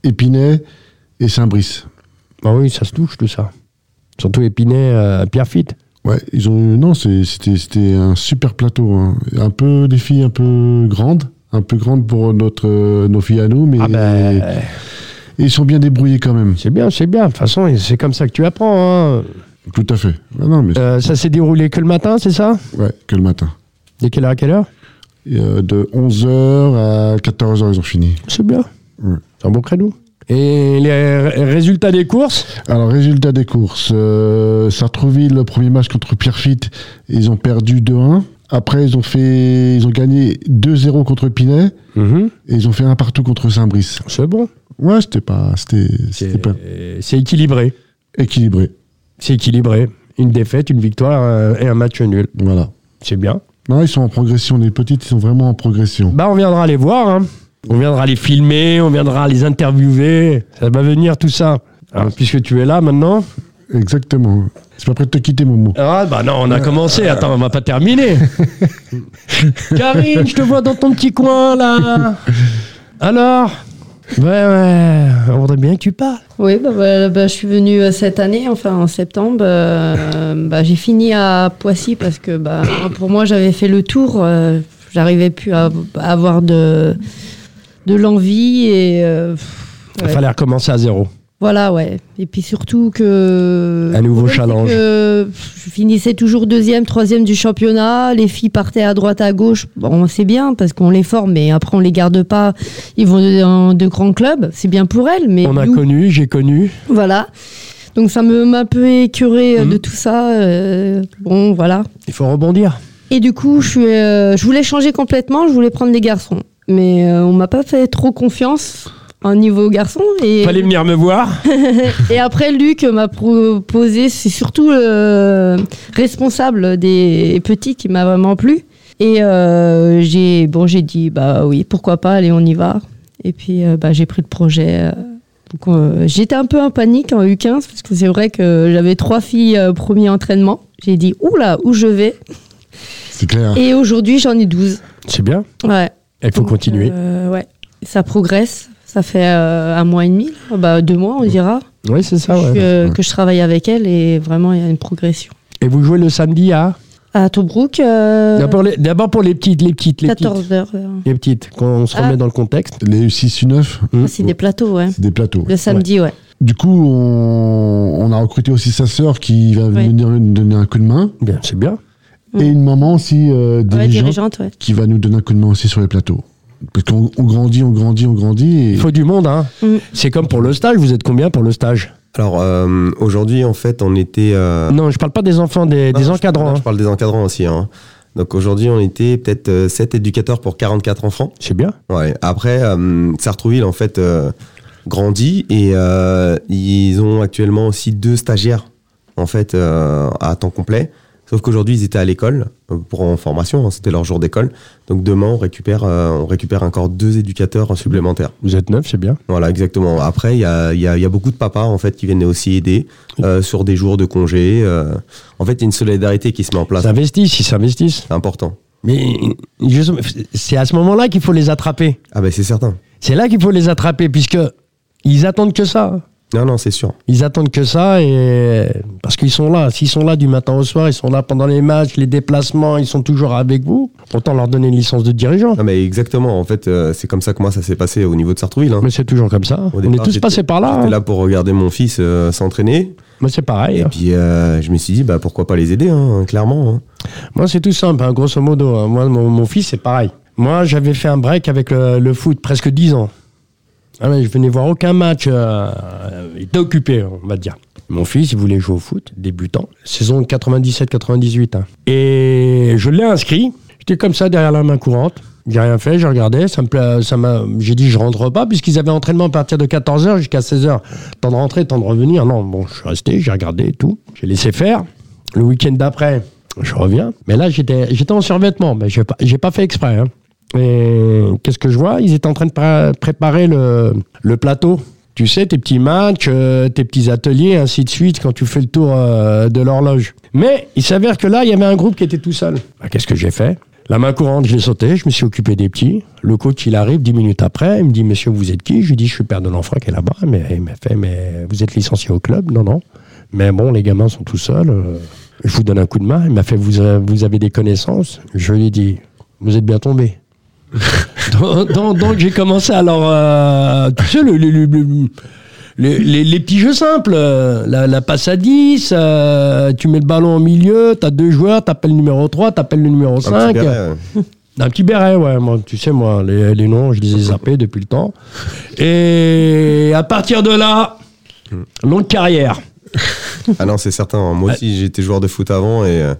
[SPEAKER 4] Épinay et Saint-Brice.
[SPEAKER 2] Ah oui, ça se touche, tout ça. Surtout Épinay, euh, Pierrefitte.
[SPEAKER 4] Ouais, ils ont eu- non, c'est- c'était c'était un super plateau. hein. Un peu des filles un peu grandes, un peu grandes pour notre euh, nos filles à nous, mais
[SPEAKER 2] Ah ben,
[SPEAKER 4] ils sont bien débrouillés quand même.
[SPEAKER 2] c'est bien, c'est bien. De toute façon, c'est comme ça que tu apprends. hein.
[SPEAKER 4] Tout à fait. Ah non, mais
[SPEAKER 2] Euh, ça s'est déroulé que le matin, c'est ça
[SPEAKER 4] ouais, que le matin.
[SPEAKER 2] De quelle heure à quelle heure
[SPEAKER 4] Et, euh, de 11h à 14h, ils ont fini.
[SPEAKER 2] C'est bien.
[SPEAKER 4] Ouais.
[SPEAKER 2] C'est un bon créneau. Et les r- résultats des courses
[SPEAKER 4] Alors, résultat des courses. Euh, Sartrouville, le premier match contre Pierrefitte, ils ont perdu 2-1. Après, ils ont, fait, ils ont gagné 2-0 contre Pinet et ils ont fait un partout contre Saint-Brice.
[SPEAKER 2] C'est bon.
[SPEAKER 4] Ouais, c'était pas, c'était, c'était pas
[SPEAKER 2] C'est c'est équilibré.
[SPEAKER 4] équilibré.
[SPEAKER 2] C'est équilibré. Une défaite, une victoire euh, et un match nul.
[SPEAKER 4] Voilà.
[SPEAKER 2] C'est bien.
[SPEAKER 4] Non, ils sont en progression. Les petites, ils sont vraiment en progression.
[SPEAKER 2] Bah, on viendra les voir. hein. On viendra les filmer, on viendra les interviewer. Ça va venir tout ça. Alors, puisque tu es là maintenant.
[SPEAKER 4] Exactement. C'est pas prêt de te quitter, Momo.
[SPEAKER 2] Ah, bah non, on a commencé.
[SPEAKER 5] Euh,
[SPEAKER 2] Attends, on va pas
[SPEAKER 5] *laughs*
[SPEAKER 2] terminer. Karine, je te vois dans ton petit coin là. Alors Ouais, ouais. On voudrait bien que tu parles.
[SPEAKER 5] Oui, bah, bah, bah, je suis venue euh, cette année, enfin en septembre. euh, bah, j'ai fini à Poissy parce que bah, pour moi, j'avais fait le tour. euh, j'arrivais plus à, à avoir de, de l'envie et. euh, pff,
[SPEAKER 2] Il
[SPEAKER 5] ouais.
[SPEAKER 2] fallait recommencer à zéro.
[SPEAKER 5] Voilà, ouais. Et puis surtout que.
[SPEAKER 2] Un nouveau
[SPEAKER 5] Le problème,
[SPEAKER 2] challenge.
[SPEAKER 5] c'est que Je finissais toujours deuxième, troisième du championnat. Les filles partaient à droite, à gauche. Bon, c'est bien parce qu'on les forme, mais après on les garde pas. Ils vont dans de grands clubs. C'est bien pour elles, mais
[SPEAKER 2] On a
[SPEAKER 5] nous,
[SPEAKER 2] connu, j'ai connu.
[SPEAKER 5] voilà. Donc ça me m'a un peu écœuré
[SPEAKER 2] Mhm.
[SPEAKER 5] de tout ça. euh, bon, voilà.
[SPEAKER 2] Il faut rebondir.
[SPEAKER 5] Et du coup, je, suis, euh, je voulais changer complètement. Je voulais prendre des garçons, mais euh, on m'a pas fait trop confiance. Un niveau garçon et
[SPEAKER 2] Il fallait venir me voir.
[SPEAKER 5] et après, Luc m'a proposé, c'est surtout le responsable des petits qui m'a vraiment plu. Et euh, j'ai bon, j'ai dit bah oui, pourquoi pas, allez, on y va. Et puis euh, bah, j'ai pris le projet. euh, donc, euh, J'étais un peu en panique en U15 parce que c'est vrai que j'avais trois filles euh, premier entraînement. J'ai dit oula où je vais.
[SPEAKER 4] C'est clair.
[SPEAKER 5] Et aujourd'hui j'en ai 12.
[SPEAKER 2] C'est bien.
[SPEAKER 5] Ouais.
[SPEAKER 2] Il Ah. faut
[SPEAKER 5] Donc,
[SPEAKER 2] continuer.
[SPEAKER 5] euh, ouais, ça progresse. Ça fait euh, un mois et demi, là. bah, deux mois, on dira,
[SPEAKER 2] Oui, c'est ça,
[SPEAKER 5] que,
[SPEAKER 2] Ah ouais.
[SPEAKER 5] je, euh, que je travaille avec elle et vraiment, il y a une progression.
[SPEAKER 2] Et vous jouez le samedi à
[SPEAKER 5] À Tobruk, euh,
[SPEAKER 2] D'abord les, d'abord pour les petites, les petites, les petites.
[SPEAKER 5] 14h.
[SPEAKER 2] Les petites, qu'on se
[SPEAKER 5] Ah.
[SPEAKER 2] remet dans le contexte.
[SPEAKER 4] Les 6 9
[SPEAKER 2] Hmm.
[SPEAKER 5] C'est des plateaux, ouais.
[SPEAKER 4] c'est des plateaux.
[SPEAKER 5] Le samedi, ouais.
[SPEAKER 4] Du coup, on, on a recruté aussi sa sœur qui va
[SPEAKER 5] Ouais. Mm.
[SPEAKER 4] venir nous donner un coup de main.
[SPEAKER 2] Bien, c'est bien.
[SPEAKER 4] Et une maman aussi euh,
[SPEAKER 5] Ouais,
[SPEAKER 4] dirigeante
[SPEAKER 5] dirigeante, ouais.
[SPEAKER 4] qui va nous donner un coup de main aussi sur les plateaux. Parce qu'on on grandit, on grandit, on grandit.
[SPEAKER 2] Il
[SPEAKER 4] Et...
[SPEAKER 2] faut du monde, hein.
[SPEAKER 5] Mm.
[SPEAKER 2] C'est comme pour le stage. Vous êtes combien pour le stage
[SPEAKER 3] Alors euh, aujourd'hui, en fait, on était. euh,
[SPEAKER 2] Non, je parle pas des enfants, des,
[SPEAKER 3] non,
[SPEAKER 2] des
[SPEAKER 3] je-
[SPEAKER 2] encadrants.
[SPEAKER 3] non, Je,
[SPEAKER 2] hein.
[SPEAKER 3] parle des encadrants aussi. hein. Donc aujourd'hui, on était peut-être 7 éducateurs pour 44 enfants.
[SPEAKER 2] C'est bien.
[SPEAKER 3] Ouais. Après, euh, Sartrouville, en fait, euh, grandit et euh, ils ont actuellement aussi deux stagiaires, en fait, euh, à temps complet. Sauf qu'aujourd'hui, ils étaient à l'école euh, pour en formation, hein, c'était leur jour d'école. Donc demain, on récupère, euh, on récupère encore deux éducateurs supplémentaires.
[SPEAKER 2] Vous êtes neuf, c'est bien.
[SPEAKER 3] Voilà, exactement. Après, il y a, il y a- il y a beaucoup de papas en fait qui viennent aussi aider euh, sur des jours de congé. euh. En fait, il y a une solidarité qui se met en
[SPEAKER 2] Ils
[SPEAKER 3] place.
[SPEAKER 2] s'investissent, ils s'investissent.
[SPEAKER 3] C'est important.
[SPEAKER 2] Bah, Mais justement, c'est à ce moment-là qu'il faut les attraper.
[SPEAKER 3] Ah ben c'est certain.
[SPEAKER 2] C'est là qu'il faut les attraper, puisque ils attendent que ça.
[SPEAKER 3] Non, non, c'est sûr.
[SPEAKER 2] Ils attendent que ça et parce qu'ils sont là. S'ils sont là du matin au soir, ils sont là pendant les matchs, les déplacements, ils sont toujours avec vous. Autant leur donner une licence de dirigeant.
[SPEAKER 3] Non, mais exactement. En fait, euh, c'est comme ça que moi ça s'est passé au niveau de Sartrouville. hein.
[SPEAKER 2] Mais c'est toujours comme ça.
[SPEAKER 3] Au
[SPEAKER 2] On est
[SPEAKER 3] départ,
[SPEAKER 2] tous
[SPEAKER 3] j'étais-
[SPEAKER 2] passés par là.
[SPEAKER 3] J'étais
[SPEAKER 2] hein.
[SPEAKER 3] là pour regarder mon fils euh, s'entraîner.
[SPEAKER 2] Moi, c'est pareil.
[SPEAKER 3] Et
[SPEAKER 2] hein.
[SPEAKER 3] puis euh, je me suis dit bah pourquoi pas les aider, hein, clairement. hein.
[SPEAKER 2] Moi, c'est tout simple, hein, grosso modo. hein. Moi, mon, mon fils, c'est pareil. Moi, j'avais fait un break avec le, le foot, presque 10 ans. Ah ouais, je venais voir aucun match. euh, il était occupé, on va dire. Mon fils, il voulait jouer au foot, débutant, saison 97-98. hein. Et je l'ai inscrit. J'étais comme ça derrière la main courante. J'ai rien fait, j'ai regardé. Ça me pla- ça m'a- J'ai dit, je rentre pas, puisqu'ils avaient entraînement à partir de 14h jusqu'à 16h. Temps de rentrer, temps de revenir. Non, bon, je suis resté, j'ai regardé et tout. J'ai laissé faire. Le week-end d'après, je reviens. Mais là, j'étais j'étais en survêtement. Mais j'ai pas, j'ai pas fait exprès. hein. Et qu'est-ce que je vois Ils étaient en train de pré- préparer le, le plateau. Tu sais, tes petits matchs, euh, tes petits ateliers, ainsi de suite, quand tu fais le tour euh, de l'horloge. Mais il s'avère que là, il y avait un groupe qui était tout seul. Bah, qu'est-ce que j'ai fait La main courante, je l'ai sauté, je me suis occupé des petits. Le coach, il arrive dix minutes après, il me dit, monsieur, vous êtes qui Je lui dis, je suis père de l'enfant qui est là-bas. Mais il m'a fait, mais vous êtes licencié au club Non, non. Mais bon, les gamins sont tout seuls. euh, je vous donne un coup de main. Il m'a fait, vous, euh, vous avez des connaissances Je lui ai dit, vous êtes bien tombé. donc donc- donc, j'ai commencé alors, euh, tu sais, le- le- le- le- les, les- les petits jeux simples, euh, la, la passe à 10, euh, tu mets le ballon au milieu, t'as deux joueurs, t'appelles le numéro 3, t'appelles le numéro
[SPEAKER 3] Un
[SPEAKER 2] 5.
[SPEAKER 3] petit béret, euh.
[SPEAKER 2] Un petit béret, ouais. Moi, tu sais, moi, les, les noms, je les ai zappés depuis le temps. Et à partir de là, longue carrière.
[SPEAKER 3] Ah non, c'est certain. hein. Moi aussi, j'étais joueur de foot avant et. euh,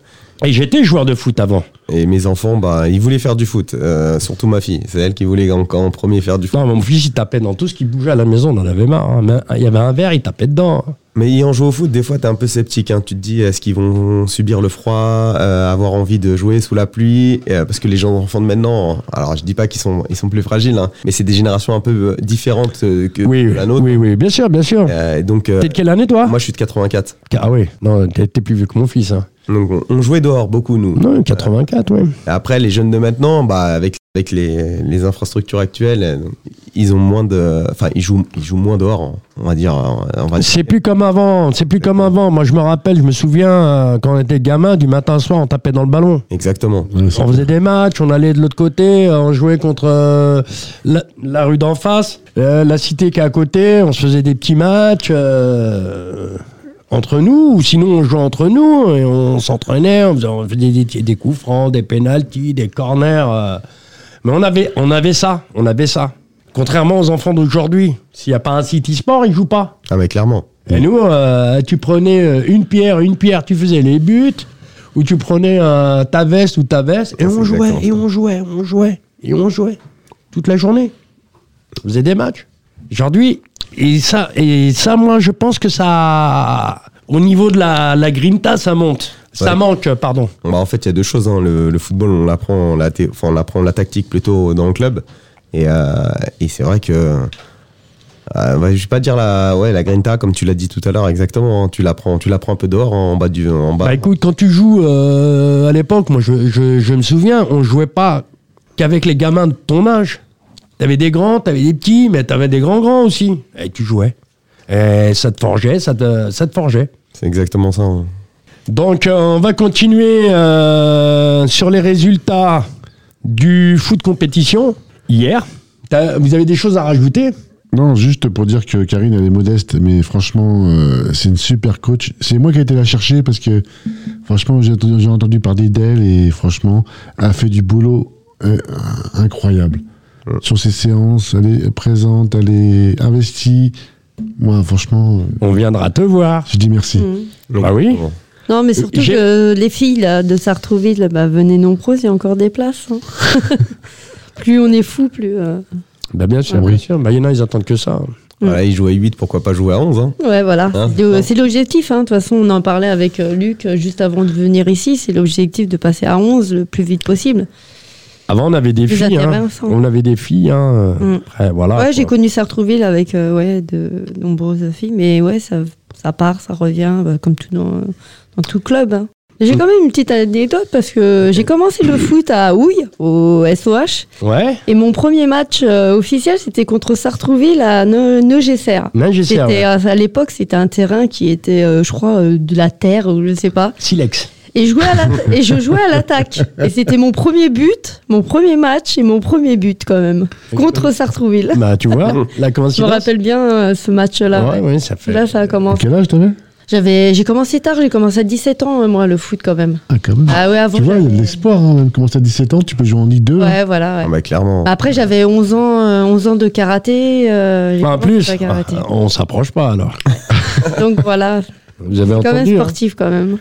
[SPEAKER 2] Et j'étais joueur de foot avant.
[SPEAKER 3] Et mes enfants, bah, ils voulaient faire du foot, euh, surtout ma fille. C'est elle qui voulait en, en premier faire du foot.
[SPEAKER 2] Non, mon fils, il tapait dans tout ce qui bougeait à la maison, on en avait marre. hein. Mais Il y avait un verre, il tapait dedans. hein.
[SPEAKER 3] Mais ayant joué au foot, des fois, t'es un peu sceptique. hein. Tu te dis, est-ce qu'ils vont subir le froid, euh, avoir envie de jouer sous la pluie Euh, Parce que les gens enfants de maintenant, alors je dis pas qu'ils sont, ils sont plus fragiles, hein, mais c'est des générations un peu euh, différentes euh, que
[SPEAKER 2] Oui,
[SPEAKER 3] de la nôtre.
[SPEAKER 2] oui, oui, bien sûr, bien sûr.
[SPEAKER 3] Euh, donc, euh,
[SPEAKER 2] T'es de quelle année, toi
[SPEAKER 3] moi, je suis de 84.
[SPEAKER 2] Ah oui, non, t'es t'es plus vieux que mon fils. hein.
[SPEAKER 3] Donc, on, on jouait dehors beaucoup, nous.
[SPEAKER 2] Non, 84, oui.
[SPEAKER 3] Et Après, les jeunes de maintenant, bah, avec, avec les, les infrastructures actuelles, euh, ils ont moins de, enfin, ils jouent, ils jouent moins dehors, hein, on va dire. hein, On va dire.
[SPEAKER 2] C'est plus comme avant, c'est plus comme avant. Moi, je me rappelle, je me souviens, euh, quand on était gamin, du matin au soir, on tapait dans le ballon.
[SPEAKER 3] Exactement.
[SPEAKER 4] Ouais, c'est-
[SPEAKER 2] On faisait des matchs, on allait de l'autre côté, euh, on jouait contre euh, la, la rue d'en face, euh, la cité qui est à côté, on se faisait des petits matchs euh, entre nous, ou sinon on jouait entre nous et on s'entraînait, on faisait, on faisait des, des coups francs, des pénalties, des corners. euh. mais on avait, on avait ça, on avait ça. Contrairement aux enfants d'aujourd'hui, s'il n'y a pas un City Sport, ils jouent pas.
[SPEAKER 3] Ah, mais clairement.
[SPEAKER 2] Et nous, euh, tu prenais euh, une pierre, une pierre, tu faisais les buts, ou tu prenais euh, ta veste ou ta veste, et
[SPEAKER 3] Ah,
[SPEAKER 2] on
[SPEAKER 3] c'est
[SPEAKER 2] jouait,
[SPEAKER 3] exactement
[SPEAKER 2] et
[SPEAKER 3] ça.
[SPEAKER 2] on jouait, on jouait, et on jouait. Toute la journée. On faisait des matchs. Aujourd'hui, et ça, et ça, moi, je pense que ça. Au niveau de la, la grinta, ça monte. Ça
[SPEAKER 3] Ouais.
[SPEAKER 2] manque, euh, pardon.
[SPEAKER 3] Bah, en fait, il y a deux choses. hein. Le, le football, on l'apprend, on la thé- enfin, on apprend la tactique plutôt dans le club. Et, euh, et c'est vrai que. euh, ouais, je vais pas dire la, ouais, la grinta, comme tu l'as dit tout à l'heure, exactement. hein. Tu l'apprends tu l'apprends un peu dehors, hein, en bas du. En bas.
[SPEAKER 2] Bah écoute, quand tu joues euh, à l'époque, moi je, je- je me souviens, on jouait pas qu'avec les gamins de ton âge. T'avais des grands, t'avais des petits, mais t'avais des grands-grands aussi. Et tu jouais. Et ça te forgeait, ça te, ça te forgeait.
[SPEAKER 3] C'est exactement ça. hein.
[SPEAKER 2] Donc, euh, on va continuer euh, sur les résultats du foot compétition hier. T'as- Vous avez des choses à rajouter
[SPEAKER 4] Non, juste pour dire que Karine, elle est modeste, mais franchement, euh, c'est une super coach. C'est moi qui ai été la chercher parce que, franchement, j'ai entendu, j'ai entendu parler d'elle et franchement, elle fait du boulot euh, incroyable. Sur ses séances, elle est présente, elle est investie. Moi, franchement, euh,
[SPEAKER 2] On viendra te voir.
[SPEAKER 4] je dis merci.
[SPEAKER 5] Mm.
[SPEAKER 2] Bah oui.
[SPEAKER 3] Bon.
[SPEAKER 5] Non, mais surtout
[SPEAKER 2] J'ai-
[SPEAKER 5] que les filles là, de Sartrouville, bah, venez nombreuses, il y a encore des places. hein. plus on est fou, plus. euh,
[SPEAKER 2] Bah bien sûr,
[SPEAKER 4] Oui.
[SPEAKER 2] bien sûr. Bah, il y en a, ils attendent que ça.
[SPEAKER 3] Voilà, il jouait à 8, pourquoi pas jouer à 11 hein
[SPEAKER 5] Ouais, voilà.
[SPEAKER 3] Hein,
[SPEAKER 5] C'est de- c'est l'objectif. hein. De toute façon, on en parlait avec euh, Luc euh, juste avant de venir ici. C'est l'objectif de passer à 11 le plus vite possible.
[SPEAKER 2] Avant, on avait des
[SPEAKER 5] Plus
[SPEAKER 2] filles. hein.
[SPEAKER 5] intéressant.
[SPEAKER 2] On avait des filles. hein.
[SPEAKER 5] Mm.
[SPEAKER 2] Après, voilà.
[SPEAKER 5] ouais, j'ai
[SPEAKER 2] quoi.
[SPEAKER 5] connu Sartrouville avec euh, ouais, de nombreuses filles, mais ouais, ça, ça part, ça revient, bah, comme tout dans, dans tout club. hein. J'ai quand même une petite anecdote parce que j'ai commencé le foot à Houille, au SOH,
[SPEAKER 2] Ouais.
[SPEAKER 5] et mon premier match euh, officiel, c'était contre Sartrouville à Ne- Neugesser.
[SPEAKER 2] Non, j'essaie.
[SPEAKER 5] C'était
[SPEAKER 2] ouais.
[SPEAKER 5] euh, à l'époque, c'était un terrain qui était, euh, je crois, euh, de la terre ou je sais pas.
[SPEAKER 2] Silex.
[SPEAKER 5] Et, je jouais à la- et je jouais à l'attaque. Et c'était mon premier but, mon premier match et mon premier but quand même. Contre Sartrouville.
[SPEAKER 2] Bah, tu vois, la
[SPEAKER 5] Je me
[SPEAKER 2] coïncidence.
[SPEAKER 5] rappelle bien euh, ce match-là.
[SPEAKER 2] Ouais,
[SPEAKER 5] ouais.
[SPEAKER 2] ouais, ça fait.
[SPEAKER 5] Là, ça a commencé.
[SPEAKER 4] Quel âge t'avais
[SPEAKER 5] J'avais, j'ai commencé tard, j'ai commencé à 17 ans, euh, moi, le foot quand même.
[SPEAKER 4] Ah, quand même.
[SPEAKER 5] Ah ouais, avant.
[SPEAKER 4] tu vois, il y a de
[SPEAKER 5] j'avais-
[SPEAKER 4] l'espoir, hein, même commencer à 17 ans, tu peux jouer en Ligue 2. hein.
[SPEAKER 5] Ouais, voilà. ouais.
[SPEAKER 3] Ah bah clairement.
[SPEAKER 5] Après, j'avais 11 ans, euh, 11 ans de karaté. euh, j'ai
[SPEAKER 2] Enfin,
[SPEAKER 5] commencé
[SPEAKER 2] Bah, plus.
[SPEAKER 5] à karaté.
[SPEAKER 2] Ah, On s'approche pas alors.
[SPEAKER 5] Donc voilà,
[SPEAKER 2] Vous avez
[SPEAKER 5] quand même
[SPEAKER 2] entendu. hein.
[SPEAKER 5] sportif quand même.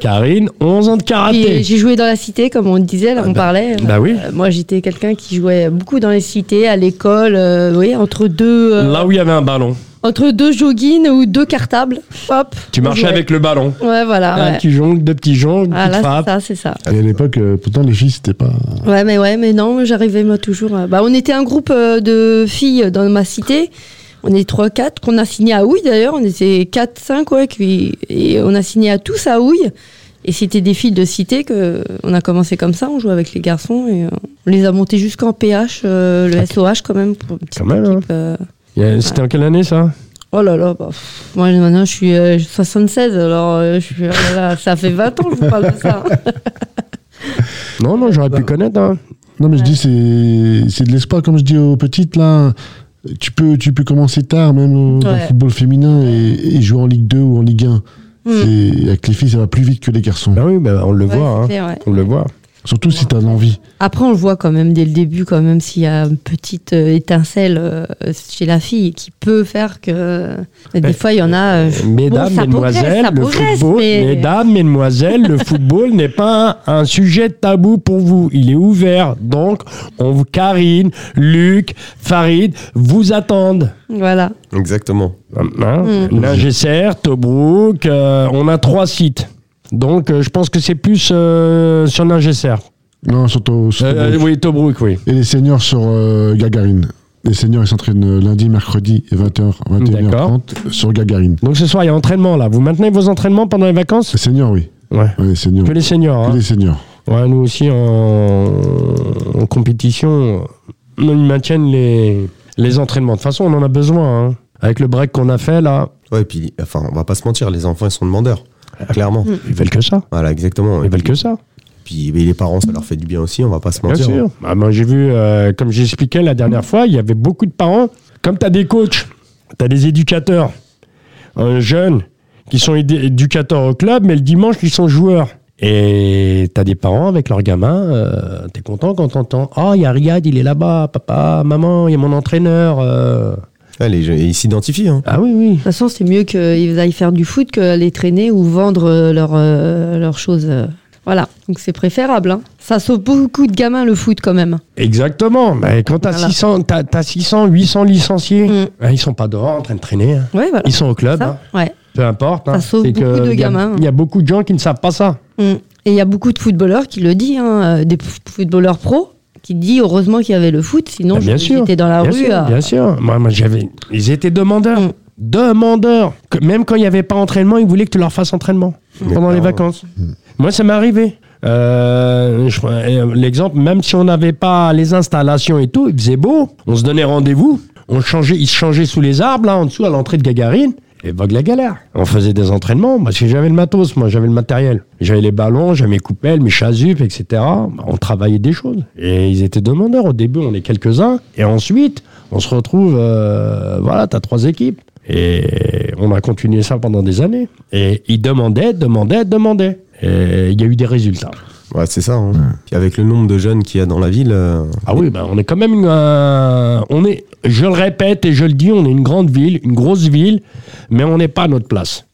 [SPEAKER 2] Karine, 11 ans de
[SPEAKER 5] Puis,
[SPEAKER 2] karaté.
[SPEAKER 5] j'ai joué dans la cité, comme on disait, là,
[SPEAKER 2] Ah
[SPEAKER 5] on
[SPEAKER 2] bah-
[SPEAKER 5] parlait.
[SPEAKER 2] bah oui.
[SPEAKER 5] Euh, Moi, j'étais quelqu'un qui jouait beaucoup dans les cités, à l'école, euh, vous voyez, entre deux, euh,
[SPEAKER 2] Là où il y avait un ballon.
[SPEAKER 5] entre deux joggings ou deux cartables. Hop.
[SPEAKER 2] Tu
[SPEAKER 5] on
[SPEAKER 2] marchais
[SPEAKER 5] jouait.
[SPEAKER 2] avec le ballon.
[SPEAKER 5] Ouais,
[SPEAKER 2] Un
[SPEAKER 5] voilà. Ah, Ouais.
[SPEAKER 2] petit jongle, deux petits jongles,
[SPEAKER 5] Ah,
[SPEAKER 2] petite
[SPEAKER 5] là,
[SPEAKER 2] frappe.
[SPEAKER 5] c'est ça, c'est ça.
[SPEAKER 4] Et à l'époque, euh, pourtant, les filles, c'était pas.
[SPEAKER 5] Ouais, mais ouais, mais non, j'arrivais moi toujours. à- Bah, on était un groupe euh, de filles dans ma cité. On est 3-4 qu'on a signé à Houille d'ailleurs. On était 4-5, ouais, qui- et on a signé à tous à Houille. Et c'était des filles de cité que on a commencé comme ça. On jouait avec les garçons et euh, on les a montés jusqu'en PH, euh, le SOH quand même. Pour une petite
[SPEAKER 2] Quand même, hein.
[SPEAKER 5] équipe, euh.
[SPEAKER 2] Il y a- C'était en quelle année ça
[SPEAKER 5] Oh là là, bah, pff, moi maintenant je suis euh, 76, alors euh, je suis, oh là là, ça fait 20 ans que je vous parle de ça. hein.
[SPEAKER 2] *laughs* Non, non, j'aurais pu connaître. hein.
[SPEAKER 4] Non, mais je
[SPEAKER 5] Ouais.
[SPEAKER 4] dis, c'est- c'est de l'espoir, comme je dis aux petites, là. Tu peux, tu peux commencer tard, même au dans le
[SPEAKER 5] Ouais.
[SPEAKER 4] football féminin, et, et jouer en Ligue 2 ou en Ligue 1.
[SPEAKER 5] Hmm.
[SPEAKER 4] C'est- Avec les filles, ça va plus vite que les garçons.
[SPEAKER 2] Ben oui, ben on le
[SPEAKER 5] Mmh. Ouais,
[SPEAKER 2] voit.
[SPEAKER 5] c'est
[SPEAKER 2] hein.
[SPEAKER 5] clair, ouais.
[SPEAKER 2] On le voit.
[SPEAKER 4] Surtout si t'as envie.
[SPEAKER 5] Après, on le voit quand même dès le début, quand même, s'il y a une petite euh, étincelle euh, chez la fille qui peut faire que. Des fois, il y en a. euh,
[SPEAKER 2] Ben, Mesdames,
[SPEAKER 5] bon, ça progresse,
[SPEAKER 2] mesdemoiselles,
[SPEAKER 5] ça
[SPEAKER 2] le
[SPEAKER 5] progresse,
[SPEAKER 2] football,
[SPEAKER 5] mais-
[SPEAKER 2] mesdames, mesdemoiselles, le football n'est pas un, un sujet tabou pour vous. Il est ouvert. Donc, on vous, Karine, Luc, Farid, vous attendent.
[SPEAKER 5] Voilà.
[SPEAKER 3] Exactement.
[SPEAKER 2] Hein
[SPEAKER 5] Hmm.
[SPEAKER 2] L'Ingesser, Tobruk, euh, on a trois sites. Donc, euh, je pense que c'est plus euh, sur l'Ingesser.
[SPEAKER 4] Non, surtout. surtout-
[SPEAKER 2] Euh, euh, oui, Tobruk, oui.
[SPEAKER 4] Et les seniors sur euh, Gagarine. Les seniors, ils s'entraînent euh, lundi, mercredi, 20h, 21h30 sur Gagarine.
[SPEAKER 2] Donc, ce soir, il y a entraînement là. Vous maintenez vos entraînements pendant les vacances
[SPEAKER 4] Les seniors, oui.
[SPEAKER 2] Ouais.
[SPEAKER 4] Ouais, les seniors.
[SPEAKER 2] Que les seniors.
[SPEAKER 4] Que
[SPEAKER 2] hein.
[SPEAKER 4] les seniors.
[SPEAKER 2] Ouais, nous aussi en, en compétition, nous, ils maintiennent les, les entraînements. De toute façon, on en a besoin. hein. Avec le break qu'on a fait là,
[SPEAKER 3] Ouais, et puis, enfin, on va pas se mentir, les enfants, ils sont demandeurs. Clairement.
[SPEAKER 2] ils veulent que ça.
[SPEAKER 3] Voilà, exactement.
[SPEAKER 2] Ah. Ils
[SPEAKER 3] Et
[SPEAKER 2] veulent
[SPEAKER 3] puis,
[SPEAKER 2] que ça.
[SPEAKER 3] puis, mais les parents, ça leur fait du bien aussi, on va pas se
[SPEAKER 2] Bien
[SPEAKER 3] mentir. hein.
[SPEAKER 2] sûr. Bah, moi, j'ai vu, euh, comme j'expliquais la dernière fois, il y avait beaucoup de parents. Comme tu as des coachs, tu as des éducateurs, euh, jeunes, qui sont édu- éducateurs au club, mais le dimanche, ils sont joueurs. Et tu as des parents avec leurs gamins, euh, tu es content quand t'entends Ah, il y a Riyad, il est là-bas, papa, maman, il y a mon entraîneur. euh.
[SPEAKER 3] Ouais, les jeunes, ils s'identifient. hein.
[SPEAKER 2] Ah oui, oui.
[SPEAKER 5] De toute façon, c'est mieux qu'ils aillent faire du foot qu'aller traîner ou vendre euh, leurs euh, leurs choses. euh. Voilà. Donc, c'est préférable. hein. Ça sauve beaucoup de gamins, le foot, quand même.
[SPEAKER 2] Exactement. Mais quand tu as,
[SPEAKER 5] Voilà.
[SPEAKER 2] 600, t'as- t'as 600, 800 licenciés,
[SPEAKER 5] Mm.
[SPEAKER 2] hein, ils sont pas dehors en train de traîner. hein.
[SPEAKER 5] Ouais, voilà.
[SPEAKER 2] Ils sont au club, hein.
[SPEAKER 5] Ça, ouais.
[SPEAKER 2] peu importe. hein.
[SPEAKER 5] Ça sauve
[SPEAKER 2] C'est que
[SPEAKER 5] beaucoup de
[SPEAKER 2] il y a-
[SPEAKER 5] gamins, hein.
[SPEAKER 2] Il y a beaucoup de gens qui ne savent pas ça.
[SPEAKER 5] Mm. Et il y a beaucoup de footballeurs qui le disent, hein, euh, des f- footballeurs pros, qui disent heureusement qu'il y avait le foot, sinon
[SPEAKER 2] Bah, bien sûr.
[SPEAKER 5] j'étais dans la
[SPEAKER 2] bien
[SPEAKER 5] rue. euh.
[SPEAKER 2] sûr,
[SPEAKER 5] à-
[SPEAKER 2] bien sûr. Moi, moi, j'avais. Ils étaient demandeurs.
[SPEAKER 5] Mm.
[SPEAKER 2] Demandeurs.
[SPEAKER 5] Mm.
[SPEAKER 2] Que- même quand il n'y avait pas entraînement, ils voulaient que tu leur fasses entraînement pendant les
[SPEAKER 3] clairement.
[SPEAKER 2] vacances. Moi, ça m'est arrivé. Euh, je prends, euh, L'exemple, même si on n'avait pas les installations et tout, il faisait beau. On se donnait rendez-vous. On changeait, ils se changeaient sous les arbres, là, en dessous, à l'entrée de Gagarine. Et vogue la galère. On faisait des entraînements parce que j'avais le matos, moi, j'avais le matériel. J'avais les ballons, j'avais mes coupelles, mes chasupes, etc. Bah, On travaillait des choses. Et ils étaient demandeurs. Au début, on est quelques-uns. Et ensuite, on se retrouve, euh, voilà, t'as trois équipes. Et on a continué ça pendant des années. Et ils demandaient, demandaient, demandaient. Et Euh, il y a eu des résultats.
[SPEAKER 3] Ouais, c'est ça. hein. Puis avec le nombre de jeunes qu'il y a dans la ville, euh,
[SPEAKER 2] Ah oui, ben on est quand même une. euh, on est, je le répète et je le dis, on est une grande ville, une grosse ville, mais on n'est pas à notre place.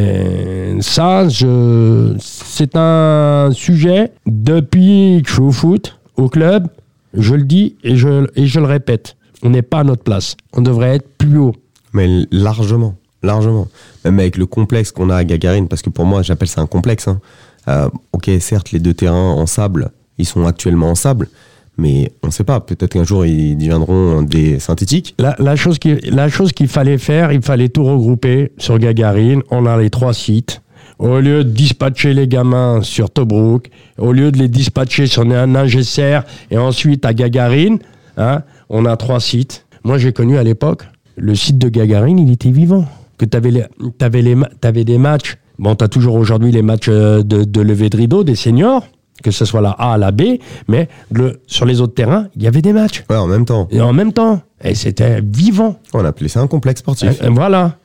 [SPEAKER 2] Mais ça, je, c'est un sujet depuis que je suis au foot, au club, je le dis et je, et je le répète. On n'est pas à notre place. On devrait être plus haut.
[SPEAKER 3] mais largement, largement. Même avec le complexe qu'on a à Gagarine, parce que pour moi, j'appelle ça un complexe. hein. Euh, ok, certes, les deux terrains en sable, ils sont actuellement en sable, mais on ne sait pas. Peut-être qu'un jour, ils deviendront des synthétiques.
[SPEAKER 2] La, la chose qui- la chose qu'il fallait faire, il fallait tout regrouper sur Gagarine. On a les trois sites. Au lieu de dispatcher les gamins sur Tobruk, au lieu de les dispatcher sur Ningesser et ensuite à Gagarine, hein, on a trois sites. Moi, j'ai connu à l'époque, le site de Gagarine, il était vivant. Que t'avais les, t'avais les, ma- t'avais des matchs. Bon, t'as toujours aujourd'hui les matchs euh, de, de levée de rideau des seniors, que ce soit la A, la B, mais le, sur les autres terrains, il y avait des matchs.
[SPEAKER 3] Ouais, en même temps,
[SPEAKER 2] Et en même temps, et c'était vivant.
[SPEAKER 3] on appelait ça un complexe sportif.
[SPEAKER 2] Et- et voilà.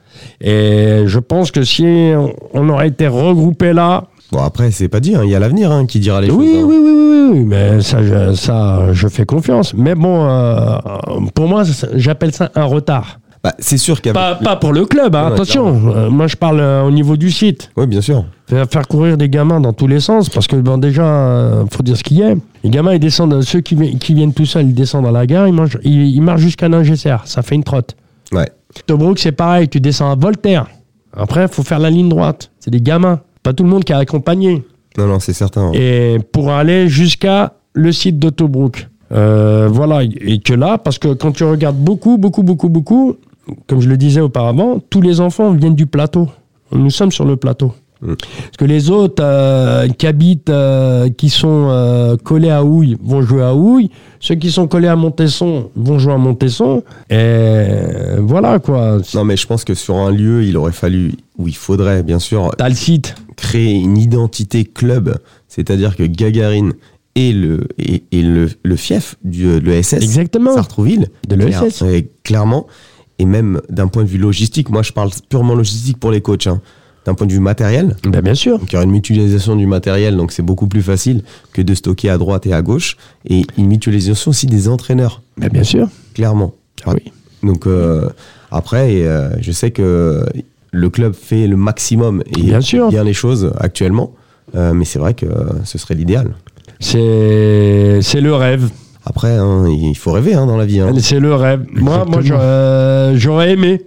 [SPEAKER 2] Et je pense que si on- on aurait été regroupés là,
[SPEAKER 3] Bon, après, c'est pas dire, hein, il y a l'avenir hein, qui dira les
[SPEAKER 2] oui,
[SPEAKER 3] choses. hein.
[SPEAKER 2] oui, oui, oui, oui, mais ça, je, ça, je fais confiance. Mais bon, euh, pour moi, ça- j'appelle ça un retard.
[SPEAKER 3] Bah, c'est sûr qu'avec.
[SPEAKER 2] Pas, pas pour le club, hein,
[SPEAKER 3] Ouais,
[SPEAKER 2] attention. Euh, moi, je parle euh, au niveau du site.
[SPEAKER 3] Oui, bien sûr.
[SPEAKER 2] Faire faire courir des gamins dans tous les sens, parce que bon, déjà, euh, faut dire ce qu'il y a. Les gamins, ils descendent, ceux qui, vi- qui viennent tout seuls, ils descendent à la gare, ils, mangent, ils, ils marchent jusqu'à Ningesser. Ça fait une trotte.
[SPEAKER 3] Ouais.
[SPEAKER 2] Tobruk, c'est pareil, tu descends à Voltaire. Après, il faut faire la ligne droite. C'est des gamins. Pas tout le monde qui a accompagné.
[SPEAKER 3] Non, non, c'est certain. hein.
[SPEAKER 2] Et pour aller jusqu'à le site de Tobruk. Euh, voilà, et que là, parce que quand tu regardes beaucoup, beaucoup, beaucoup, beaucoup, comme je le disais auparavant, tous les enfants viennent du plateau. Nous sommes sur le plateau.
[SPEAKER 3] Mm.
[SPEAKER 2] Parce que les autres euh, qui habitent, euh, qui sont euh, collés à Houille, vont jouer à Houille. Ceux qui sont collés à Montesson vont jouer à Montesson. Et voilà quoi.
[SPEAKER 3] Non, mais je pense que sur un lieu, il aurait fallu, ou il faudrait, bien sûr,
[SPEAKER 2] T'as le site.
[SPEAKER 3] créer une identité club, c'est-à-dire que Gagarine est le, et, le, le fief du, euh, de l'ESS,
[SPEAKER 2] Exactement.
[SPEAKER 3] Sartrouville,
[SPEAKER 2] De l'ESS.
[SPEAKER 3] Claire- euh, clairement, et même d'un point de vue logistique, moi je parle purement logistique pour les coachs, hein. d'un point de vue matériel,
[SPEAKER 2] Ben bien sûr.
[SPEAKER 3] donc il y aura une mutualisation du matériel, donc c'est beaucoup plus facile que de stocker à droite et à gauche, et une mutualisation aussi des entraîneurs,
[SPEAKER 2] Ben bien sûr.
[SPEAKER 3] clairement.
[SPEAKER 2] Ah oui.
[SPEAKER 3] Donc euh, après, euh, je sais que le club fait le maximum et
[SPEAKER 2] Bien sûr.
[SPEAKER 3] bien les choses actuellement, Euh, mais c'est vrai que euh, ce serait l'idéal.
[SPEAKER 2] C'est c'est le rêve.
[SPEAKER 3] Après, hein, il faut rêver hein, dans la vie. hein.
[SPEAKER 2] C'est le rêve. Moi, moi j'aurais- euh, j'aurais aimé.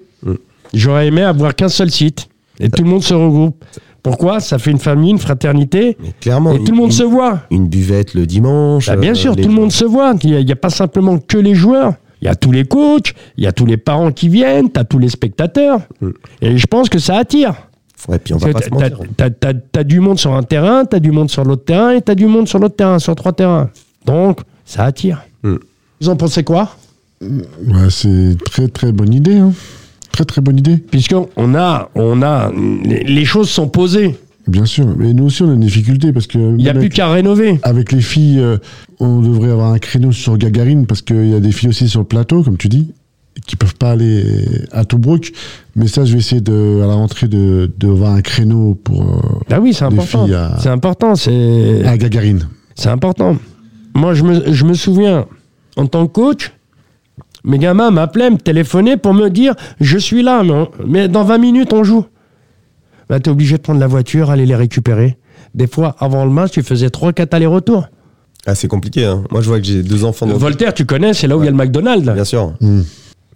[SPEAKER 2] J'aurais aimé avoir qu'un seul site et tout le monde se regroupe. Pourquoi Ça fait une famille, une fraternité
[SPEAKER 3] Mais clairement,
[SPEAKER 2] et tout le monde
[SPEAKER 3] une,
[SPEAKER 2] se voit.
[SPEAKER 3] une buvette le dimanche.
[SPEAKER 2] Bah, bien
[SPEAKER 3] euh,
[SPEAKER 2] sûr,
[SPEAKER 3] les-
[SPEAKER 2] tout le monde se voit. Il n'y a, il y a pas simplement que les joueurs. Il y a tous les coachs, il y a tous les parents qui viennent, tu as tous les spectateurs. Et je pense que ça attire.
[SPEAKER 3] Ouais, puis on va
[SPEAKER 2] T'as-
[SPEAKER 3] pas se
[SPEAKER 2] T'as
[SPEAKER 3] mentir.
[SPEAKER 2] t'as- t'as- t'as du monde sur un terrain, t'as du monde sur l'autre terrain et t'as du monde sur l'autre terrain, sur trois terrains. Donc, ça attire.
[SPEAKER 3] Hmm.
[SPEAKER 2] Vous en pensez quoi
[SPEAKER 4] Ouais, c'est une très très bonne idée. hein. Très très bonne idée,
[SPEAKER 2] Puisqu'on a, on a, les, les choses sont posées.
[SPEAKER 4] bien sûr. Mais nous aussi, on a une difficulté parce que.
[SPEAKER 2] Il n'y a plus qu'à rénover.
[SPEAKER 4] Avec les filles, euh, on devrait avoir un créneau sur Gagarine parce qu'il y a des filles aussi sur le plateau, comme tu dis, qui peuvent pas aller à Tobruk. Mais ça, je vais essayer de, à la rentrée de, de voir un créneau pour
[SPEAKER 2] Bah oui, c'est
[SPEAKER 4] Des
[SPEAKER 2] important.
[SPEAKER 4] filles à-
[SPEAKER 2] C'est important,
[SPEAKER 4] euh,
[SPEAKER 2] c'est
[SPEAKER 4] à Gagarine.
[SPEAKER 2] c'est important. Moi, je me, je me souviens, en tant que coach, mes gamins m'appelaient, me téléphonaient pour me dire Je suis là, mais, on- mais dans 20 minutes, on joue. Bah, t'es obligé de prendre la voiture, aller les récupérer. Des fois, avant le match, tu faisais 3-4 allers-retours.
[SPEAKER 3] Ah, c'est compliqué. hein. Moi, je vois que j'ai deux enfants. dans-
[SPEAKER 2] Voltaire, tu connais, c'est là où il y a le McDonald's.
[SPEAKER 3] Bien sûr.
[SPEAKER 2] Mm.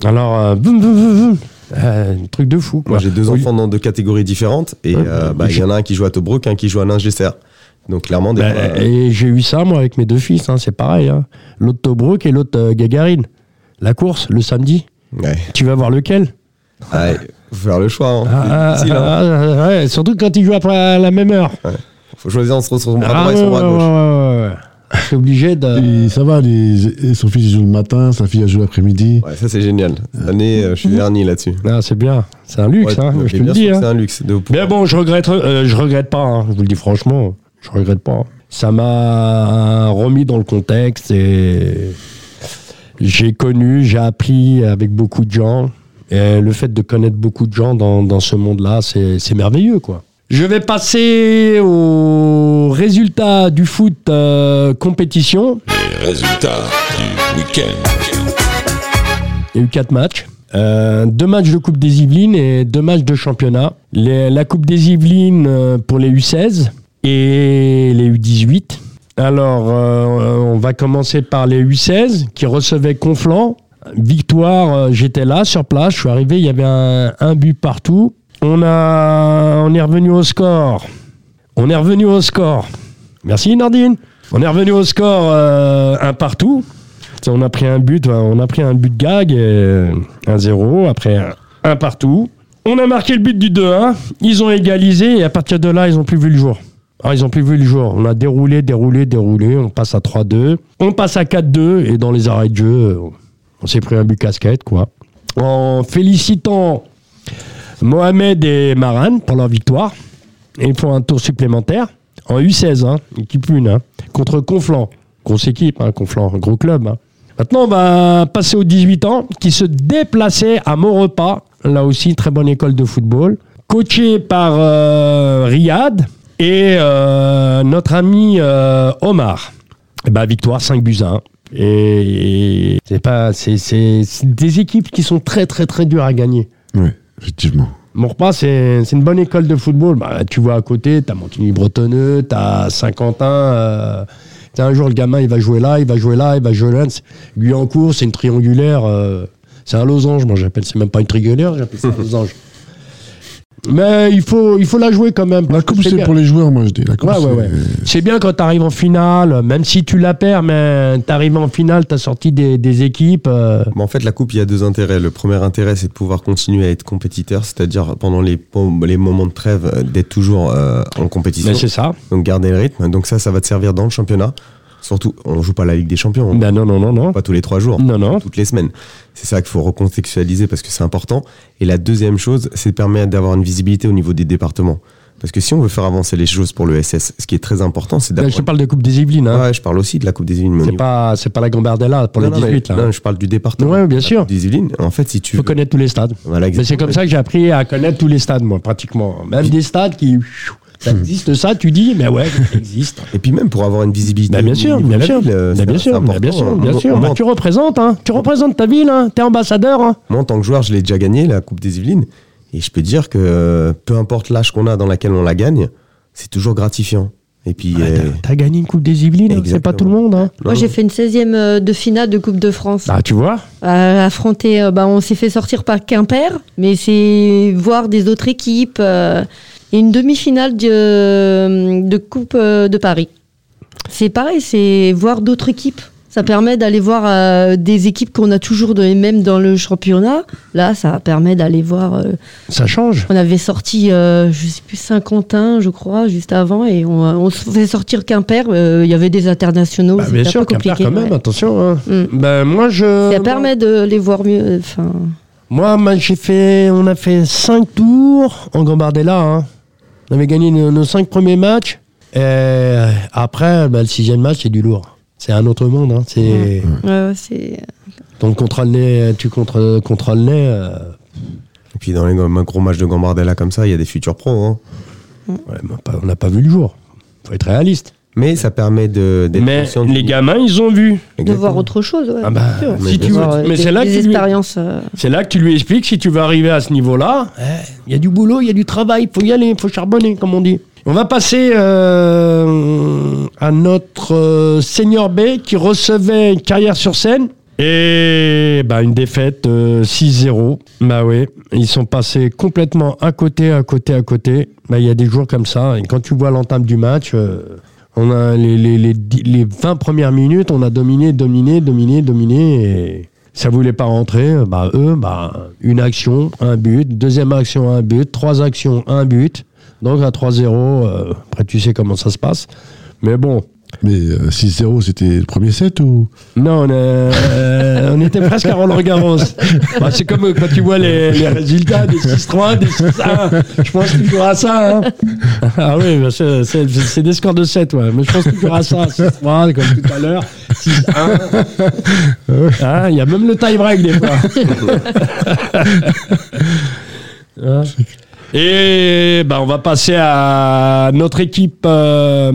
[SPEAKER 2] Alors, euh, boum, boum, boum, boum. Euh, un truc de fou. Quoi.
[SPEAKER 3] Moi, j'ai deux
[SPEAKER 2] Au lieu-
[SPEAKER 3] enfants dans deux catégories différentes, et
[SPEAKER 2] Ouais.
[SPEAKER 3] euh, bah, il y en a un qui joue à Tobruk, un qui joue à Ningesser. Donc clairement, des
[SPEAKER 2] Bah,
[SPEAKER 3] fois, euh,
[SPEAKER 2] et j'ai eu ça, moi, avec mes deux fils, hein, c'est pareil. hein. L'autre Tobruk et l'autre euh, Gagarine. La course, le samedi.
[SPEAKER 3] ouais.
[SPEAKER 2] Tu vas voir lequel
[SPEAKER 3] Ouais, faut faire le choix. hein.
[SPEAKER 2] Ah,
[SPEAKER 3] C'est difficile, hein.
[SPEAKER 2] ah, ah, ouais, Surtout quand ils jouent après à la même heure.
[SPEAKER 3] Faut choisir entre son bras
[SPEAKER 2] Ah,
[SPEAKER 3] droit et son bras
[SPEAKER 2] ouais,
[SPEAKER 3] gauche.
[SPEAKER 2] ouais, ouais, ouais. Je suis obligé de.
[SPEAKER 4] Et ça va, les... et son fils il joue le matin, sa fille elle joue l'après-midi.
[SPEAKER 3] Ouais, ça c'est génial. Cette année, euh, je suis verni là-dessus.
[SPEAKER 2] Ah, c'est bien. C'est un luxe,
[SPEAKER 3] Ouais,
[SPEAKER 2] hein,
[SPEAKER 3] mais
[SPEAKER 2] je te
[SPEAKER 3] bien
[SPEAKER 2] le
[SPEAKER 3] sûr
[SPEAKER 2] dis.
[SPEAKER 3] que
[SPEAKER 2] hein.
[SPEAKER 3] C'est un luxe de
[SPEAKER 2] Mais bon, je regrette, euh, je regrette pas. hein, je vous le dis franchement, je regrette pas. Ça m'a remis dans le contexte et j'ai connu, j'ai appris avec beaucoup de gens. Et le fait de connaître beaucoup de gens dans, dans ce monde-là, c'est c'est merveilleux, quoi. Je vais passer aux résultats du foot euh, compétition.
[SPEAKER 1] Les résultats du week-end.
[SPEAKER 2] Il y a eu quatre matchs. Euh, deux matchs de Coupe des Yvelines et deux matchs de championnat. Les- la Coupe des Yvelines euh, pour les U16 et les U18. Alors, euh, on va commencer par les U16 qui recevaient Conflans. Victoire, euh, j'étais là sur place, je suis arrivé, il y avait un, un but partout. On, a, on est revenu au score. On est revenu au score. Merci Nordine. On est revenu au score euh, un partout. Ça, On a pris un but, ouais, on a pris un but gag, et un 0 après un, un partout. On a marqué le but du 2-1, ils ont égalisé et à partir de là, ils n'ont plus vu le jour. Ah, ils n'ont plus vu le jour. On a déroulé, déroulé, déroulé, on passe à 3-2, on passe à 4-2 et dans les arrêts de jeu, on s'est pris un but casquette, quoi. En félicitant Mohamed et Maran pour leur victoire, et ils font un tour supplémentaire en U16, hein, équipe 1, hein, contre Conflans. Grosse équipe, hein, Conflans, gros club. hein. Maintenant, on va passer aux 18 ans qui se déplaçaient à Maurepas. Là aussi, très bonne école de football. Coaché par euh, Riyad et euh, notre ami euh, Omar. Eh ben, victoire 5 buts à 1. Et, et c'est pas, c'est, c'est- c'est des équipes qui sont très très très dures à gagner.
[SPEAKER 4] Oui, effectivement.
[SPEAKER 2] Maurepas, c'est, c'est une bonne école de football. Bah, tu vois à côté, t'as Montigny-Bretonneux, t'as Saint-Quentin. euh, t'as un jour, le gamin, il va jouer là, il va jouer là, il va jouer là. C'est- Guyancourt, c'est une triangulaire. euh, c'est un losange, moi j'appelle. C'est même pas une triangulaire, j'appelle *laughs* ça un losange. Mais il faut, il faut la jouer quand même.
[SPEAKER 4] La
[SPEAKER 2] parce que
[SPEAKER 4] coupe, Bah, c'est
[SPEAKER 2] bien.
[SPEAKER 4] pour les joueurs, moi je dis. La coupe,
[SPEAKER 2] Ouais, ouais,
[SPEAKER 4] c'est-
[SPEAKER 2] ouais. C'est bien quand t'arrives en finale, même si tu la perds, mais t'arrives en finale, t'as sorti des, des équipes. euh,
[SPEAKER 3] Mais en fait, la coupe, il y a deux intérêts. Le premier intérêt, c'est de pouvoir continuer à être compétiteur, c'est-à-dire pendant les, pom- les moments de trêve, euh, d'être toujours euh, en compétition,
[SPEAKER 2] mais c'est ça.
[SPEAKER 3] donc garder le rythme. Donc ça, ça va te servir dans le championnat. Surtout, on joue pas la Ligue des Champions, on
[SPEAKER 2] Ben non, non, non, non.
[SPEAKER 3] pas tous les trois jours,
[SPEAKER 2] Non, non.
[SPEAKER 3] toutes les semaines. C'est ça qu'il faut recontextualiser parce que c'est important. Et la deuxième chose, c'est de permettre d'avoir une visibilité au niveau des départements. Parce que si on veut faire avancer les choses pour le SS, ce qui est très important, c'est
[SPEAKER 2] Là,
[SPEAKER 3] d'avoir.
[SPEAKER 2] Bah, Ben, je te parle de Coupe des Yvelines. Hein.
[SPEAKER 3] Ouais, je parle aussi de la Coupe des Yvelines. mais au
[SPEAKER 2] c'est
[SPEAKER 3] niveau-
[SPEAKER 2] pas, c'est pas la Gambardella pour
[SPEAKER 3] Non,
[SPEAKER 2] les
[SPEAKER 3] non, mais-
[SPEAKER 2] 18. là.
[SPEAKER 3] non, je parle du département.
[SPEAKER 2] Ouais, bien sûr.
[SPEAKER 3] Des Yvelines. En fait, si tu
[SPEAKER 2] Il faut
[SPEAKER 3] veux-
[SPEAKER 2] connaître tous les stades.
[SPEAKER 3] Voilà,
[SPEAKER 2] Mais c'est comme ça que j'ai appris à connaître tous les stades, moi, pratiquement.
[SPEAKER 3] Mmh.
[SPEAKER 2] Même des stades qui. Ça existe, ça, tu dis, mais ouais, ça existe.
[SPEAKER 3] Et puis même pour avoir une visibilité.
[SPEAKER 2] Bah, bien sûr,
[SPEAKER 3] au niveau
[SPEAKER 2] bien
[SPEAKER 3] de la
[SPEAKER 2] sûr.
[SPEAKER 3] ville, euh,
[SPEAKER 2] Bah,
[SPEAKER 3] c'est-
[SPEAKER 2] bien
[SPEAKER 3] c'est
[SPEAKER 2] sûr, bah,
[SPEAKER 3] important. hein.
[SPEAKER 2] bien sûr, bien
[SPEAKER 3] Moi-
[SPEAKER 2] sûr.
[SPEAKER 3] Moi,
[SPEAKER 2] Bah, tu représentes, hein. Tu représentes ta ville, hein. T'es ambassadeur, hein.
[SPEAKER 3] moi, en tant que joueur, je l'ai déjà gagné, la Coupe des Yvelines. Et je peux dire que euh, peu importe l'âge qu'on a dans laquelle on la gagne, c'est toujours gratifiant. Et puis.
[SPEAKER 2] Ouais,
[SPEAKER 3] euh,
[SPEAKER 2] Bah, t'as- T'as gagné une Coupe des Yvelines, hein. c'est pas
[SPEAKER 3] Exactement.
[SPEAKER 2] tout le monde, hein.
[SPEAKER 5] Moi, j'ai fait une 16e euh, de finale de Coupe de France.
[SPEAKER 2] Ah, tu vois
[SPEAKER 5] À affronter, euh, bah, on s'est fait sortir par Quimper, mais c'est voir des autres équipes euh, et une demi-finale de, de Coupe euh, de Paris. C'est pareil, c'est voir d'autres équipes. Ça permet d'aller voir euh, des équipes qu'on a toujours de, même dans le championnat. Là, ça permet d'aller voir. euh,
[SPEAKER 2] Ça change.
[SPEAKER 5] on avait sorti, euh, je sais plus, Saint-Quentin, je crois, juste avant, et on, on se faisait sortir Quimper. euh, Il y avait des internationaux.
[SPEAKER 2] Bah,
[SPEAKER 5] c'était
[SPEAKER 2] bien
[SPEAKER 5] un
[SPEAKER 2] sûr,
[SPEAKER 5] peu
[SPEAKER 2] Quimper
[SPEAKER 5] compliqué,
[SPEAKER 2] quand même,
[SPEAKER 5] ouais.
[SPEAKER 2] attention. hein.
[SPEAKER 5] Mm.
[SPEAKER 2] Ben, moi, je.
[SPEAKER 5] Ça permet de les voir mieux. Enfin,
[SPEAKER 2] Moi, ma- j'ai fait. On a fait 5 tours en Gambardella. hein. On avait gagné nos, 5 premiers matchs. Et après, bah, le sixième match, c'est du lourd. C'est un autre monde. Hein. C'est.
[SPEAKER 5] ouais, ouais, c'est.
[SPEAKER 2] Donc, contre le nez, tu contre, contre le nez. euh,
[SPEAKER 3] Et puis dans les gros- gros matchs de Gambardella comme ça, il y a des futurs pros. hein.
[SPEAKER 2] ouais, mais on a pas- on n'a pas vu le jour. Faut être réaliste.
[SPEAKER 3] Mais ça permet de d'être
[SPEAKER 2] Mais
[SPEAKER 3] conscient du-
[SPEAKER 2] les gamins, ils ont vu.
[SPEAKER 5] de
[SPEAKER 3] Exactement.
[SPEAKER 5] voir autre chose. ouais,
[SPEAKER 2] Ah bah,
[SPEAKER 5] bien sûr.
[SPEAKER 2] si
[SPEAKER 5] De
[SPEAKER 2] tu veux-
[SPEAKER 5] voir, euh,
[SPEAKER 2] mais
[SPEAKER 5] des-
[SPEAKER 2] c'est là que
[SPEAKER 5] des
[SPEAKER 2] tu lui-
[SPEAKER 5] expériences. euh,
[SPEAKER 2] C'est là que tu lui expliques si tu veux arriver à ce niveau-là. eh, Il y a du boulot, il y a du travail, il faut y aller, il faut charbonner, comme on dit. On va passer euh, à notre euh, senior B qui recevait une carrière sur scène. Et bah, une défaite euh, 6-0. Bah oui, ils sont passés complètement à côté, à côté, à côté. Bah, Il y a des jours comme ça. Et quand tu vois l'entame du match, euh, on a les, les, les, dix- les 20 premières minutes, on a dominé, dominé, dominé, dominé. Et ça voulait pas rentrer. Euh, Bah, eux, bah, une action, un but. Deuxième action, un but. Trois actions, un but. Donc à 3-0, euh, après tu sais comment ça se passe. Mais bon,
[SPEAKER 4] Mais euh, 6-0, c'était le premier set ou
[SPEAKER 2] non, on, est- euh, on était presque à Roland Garros. Bah, c'est comme quand tu vois les, les résultats des 6-3, des 6-1. Je pense toujours à ça. hein. Ah oui, bah, c'est- c'est c'est des scores de 7, ouais. mais je pense toujours à ça. 6-3, comme tout à l'heure, 6-1. Hein, Il y a même le tie-break des fois. Hein. Et bah, on va passer à notre équipe. euh,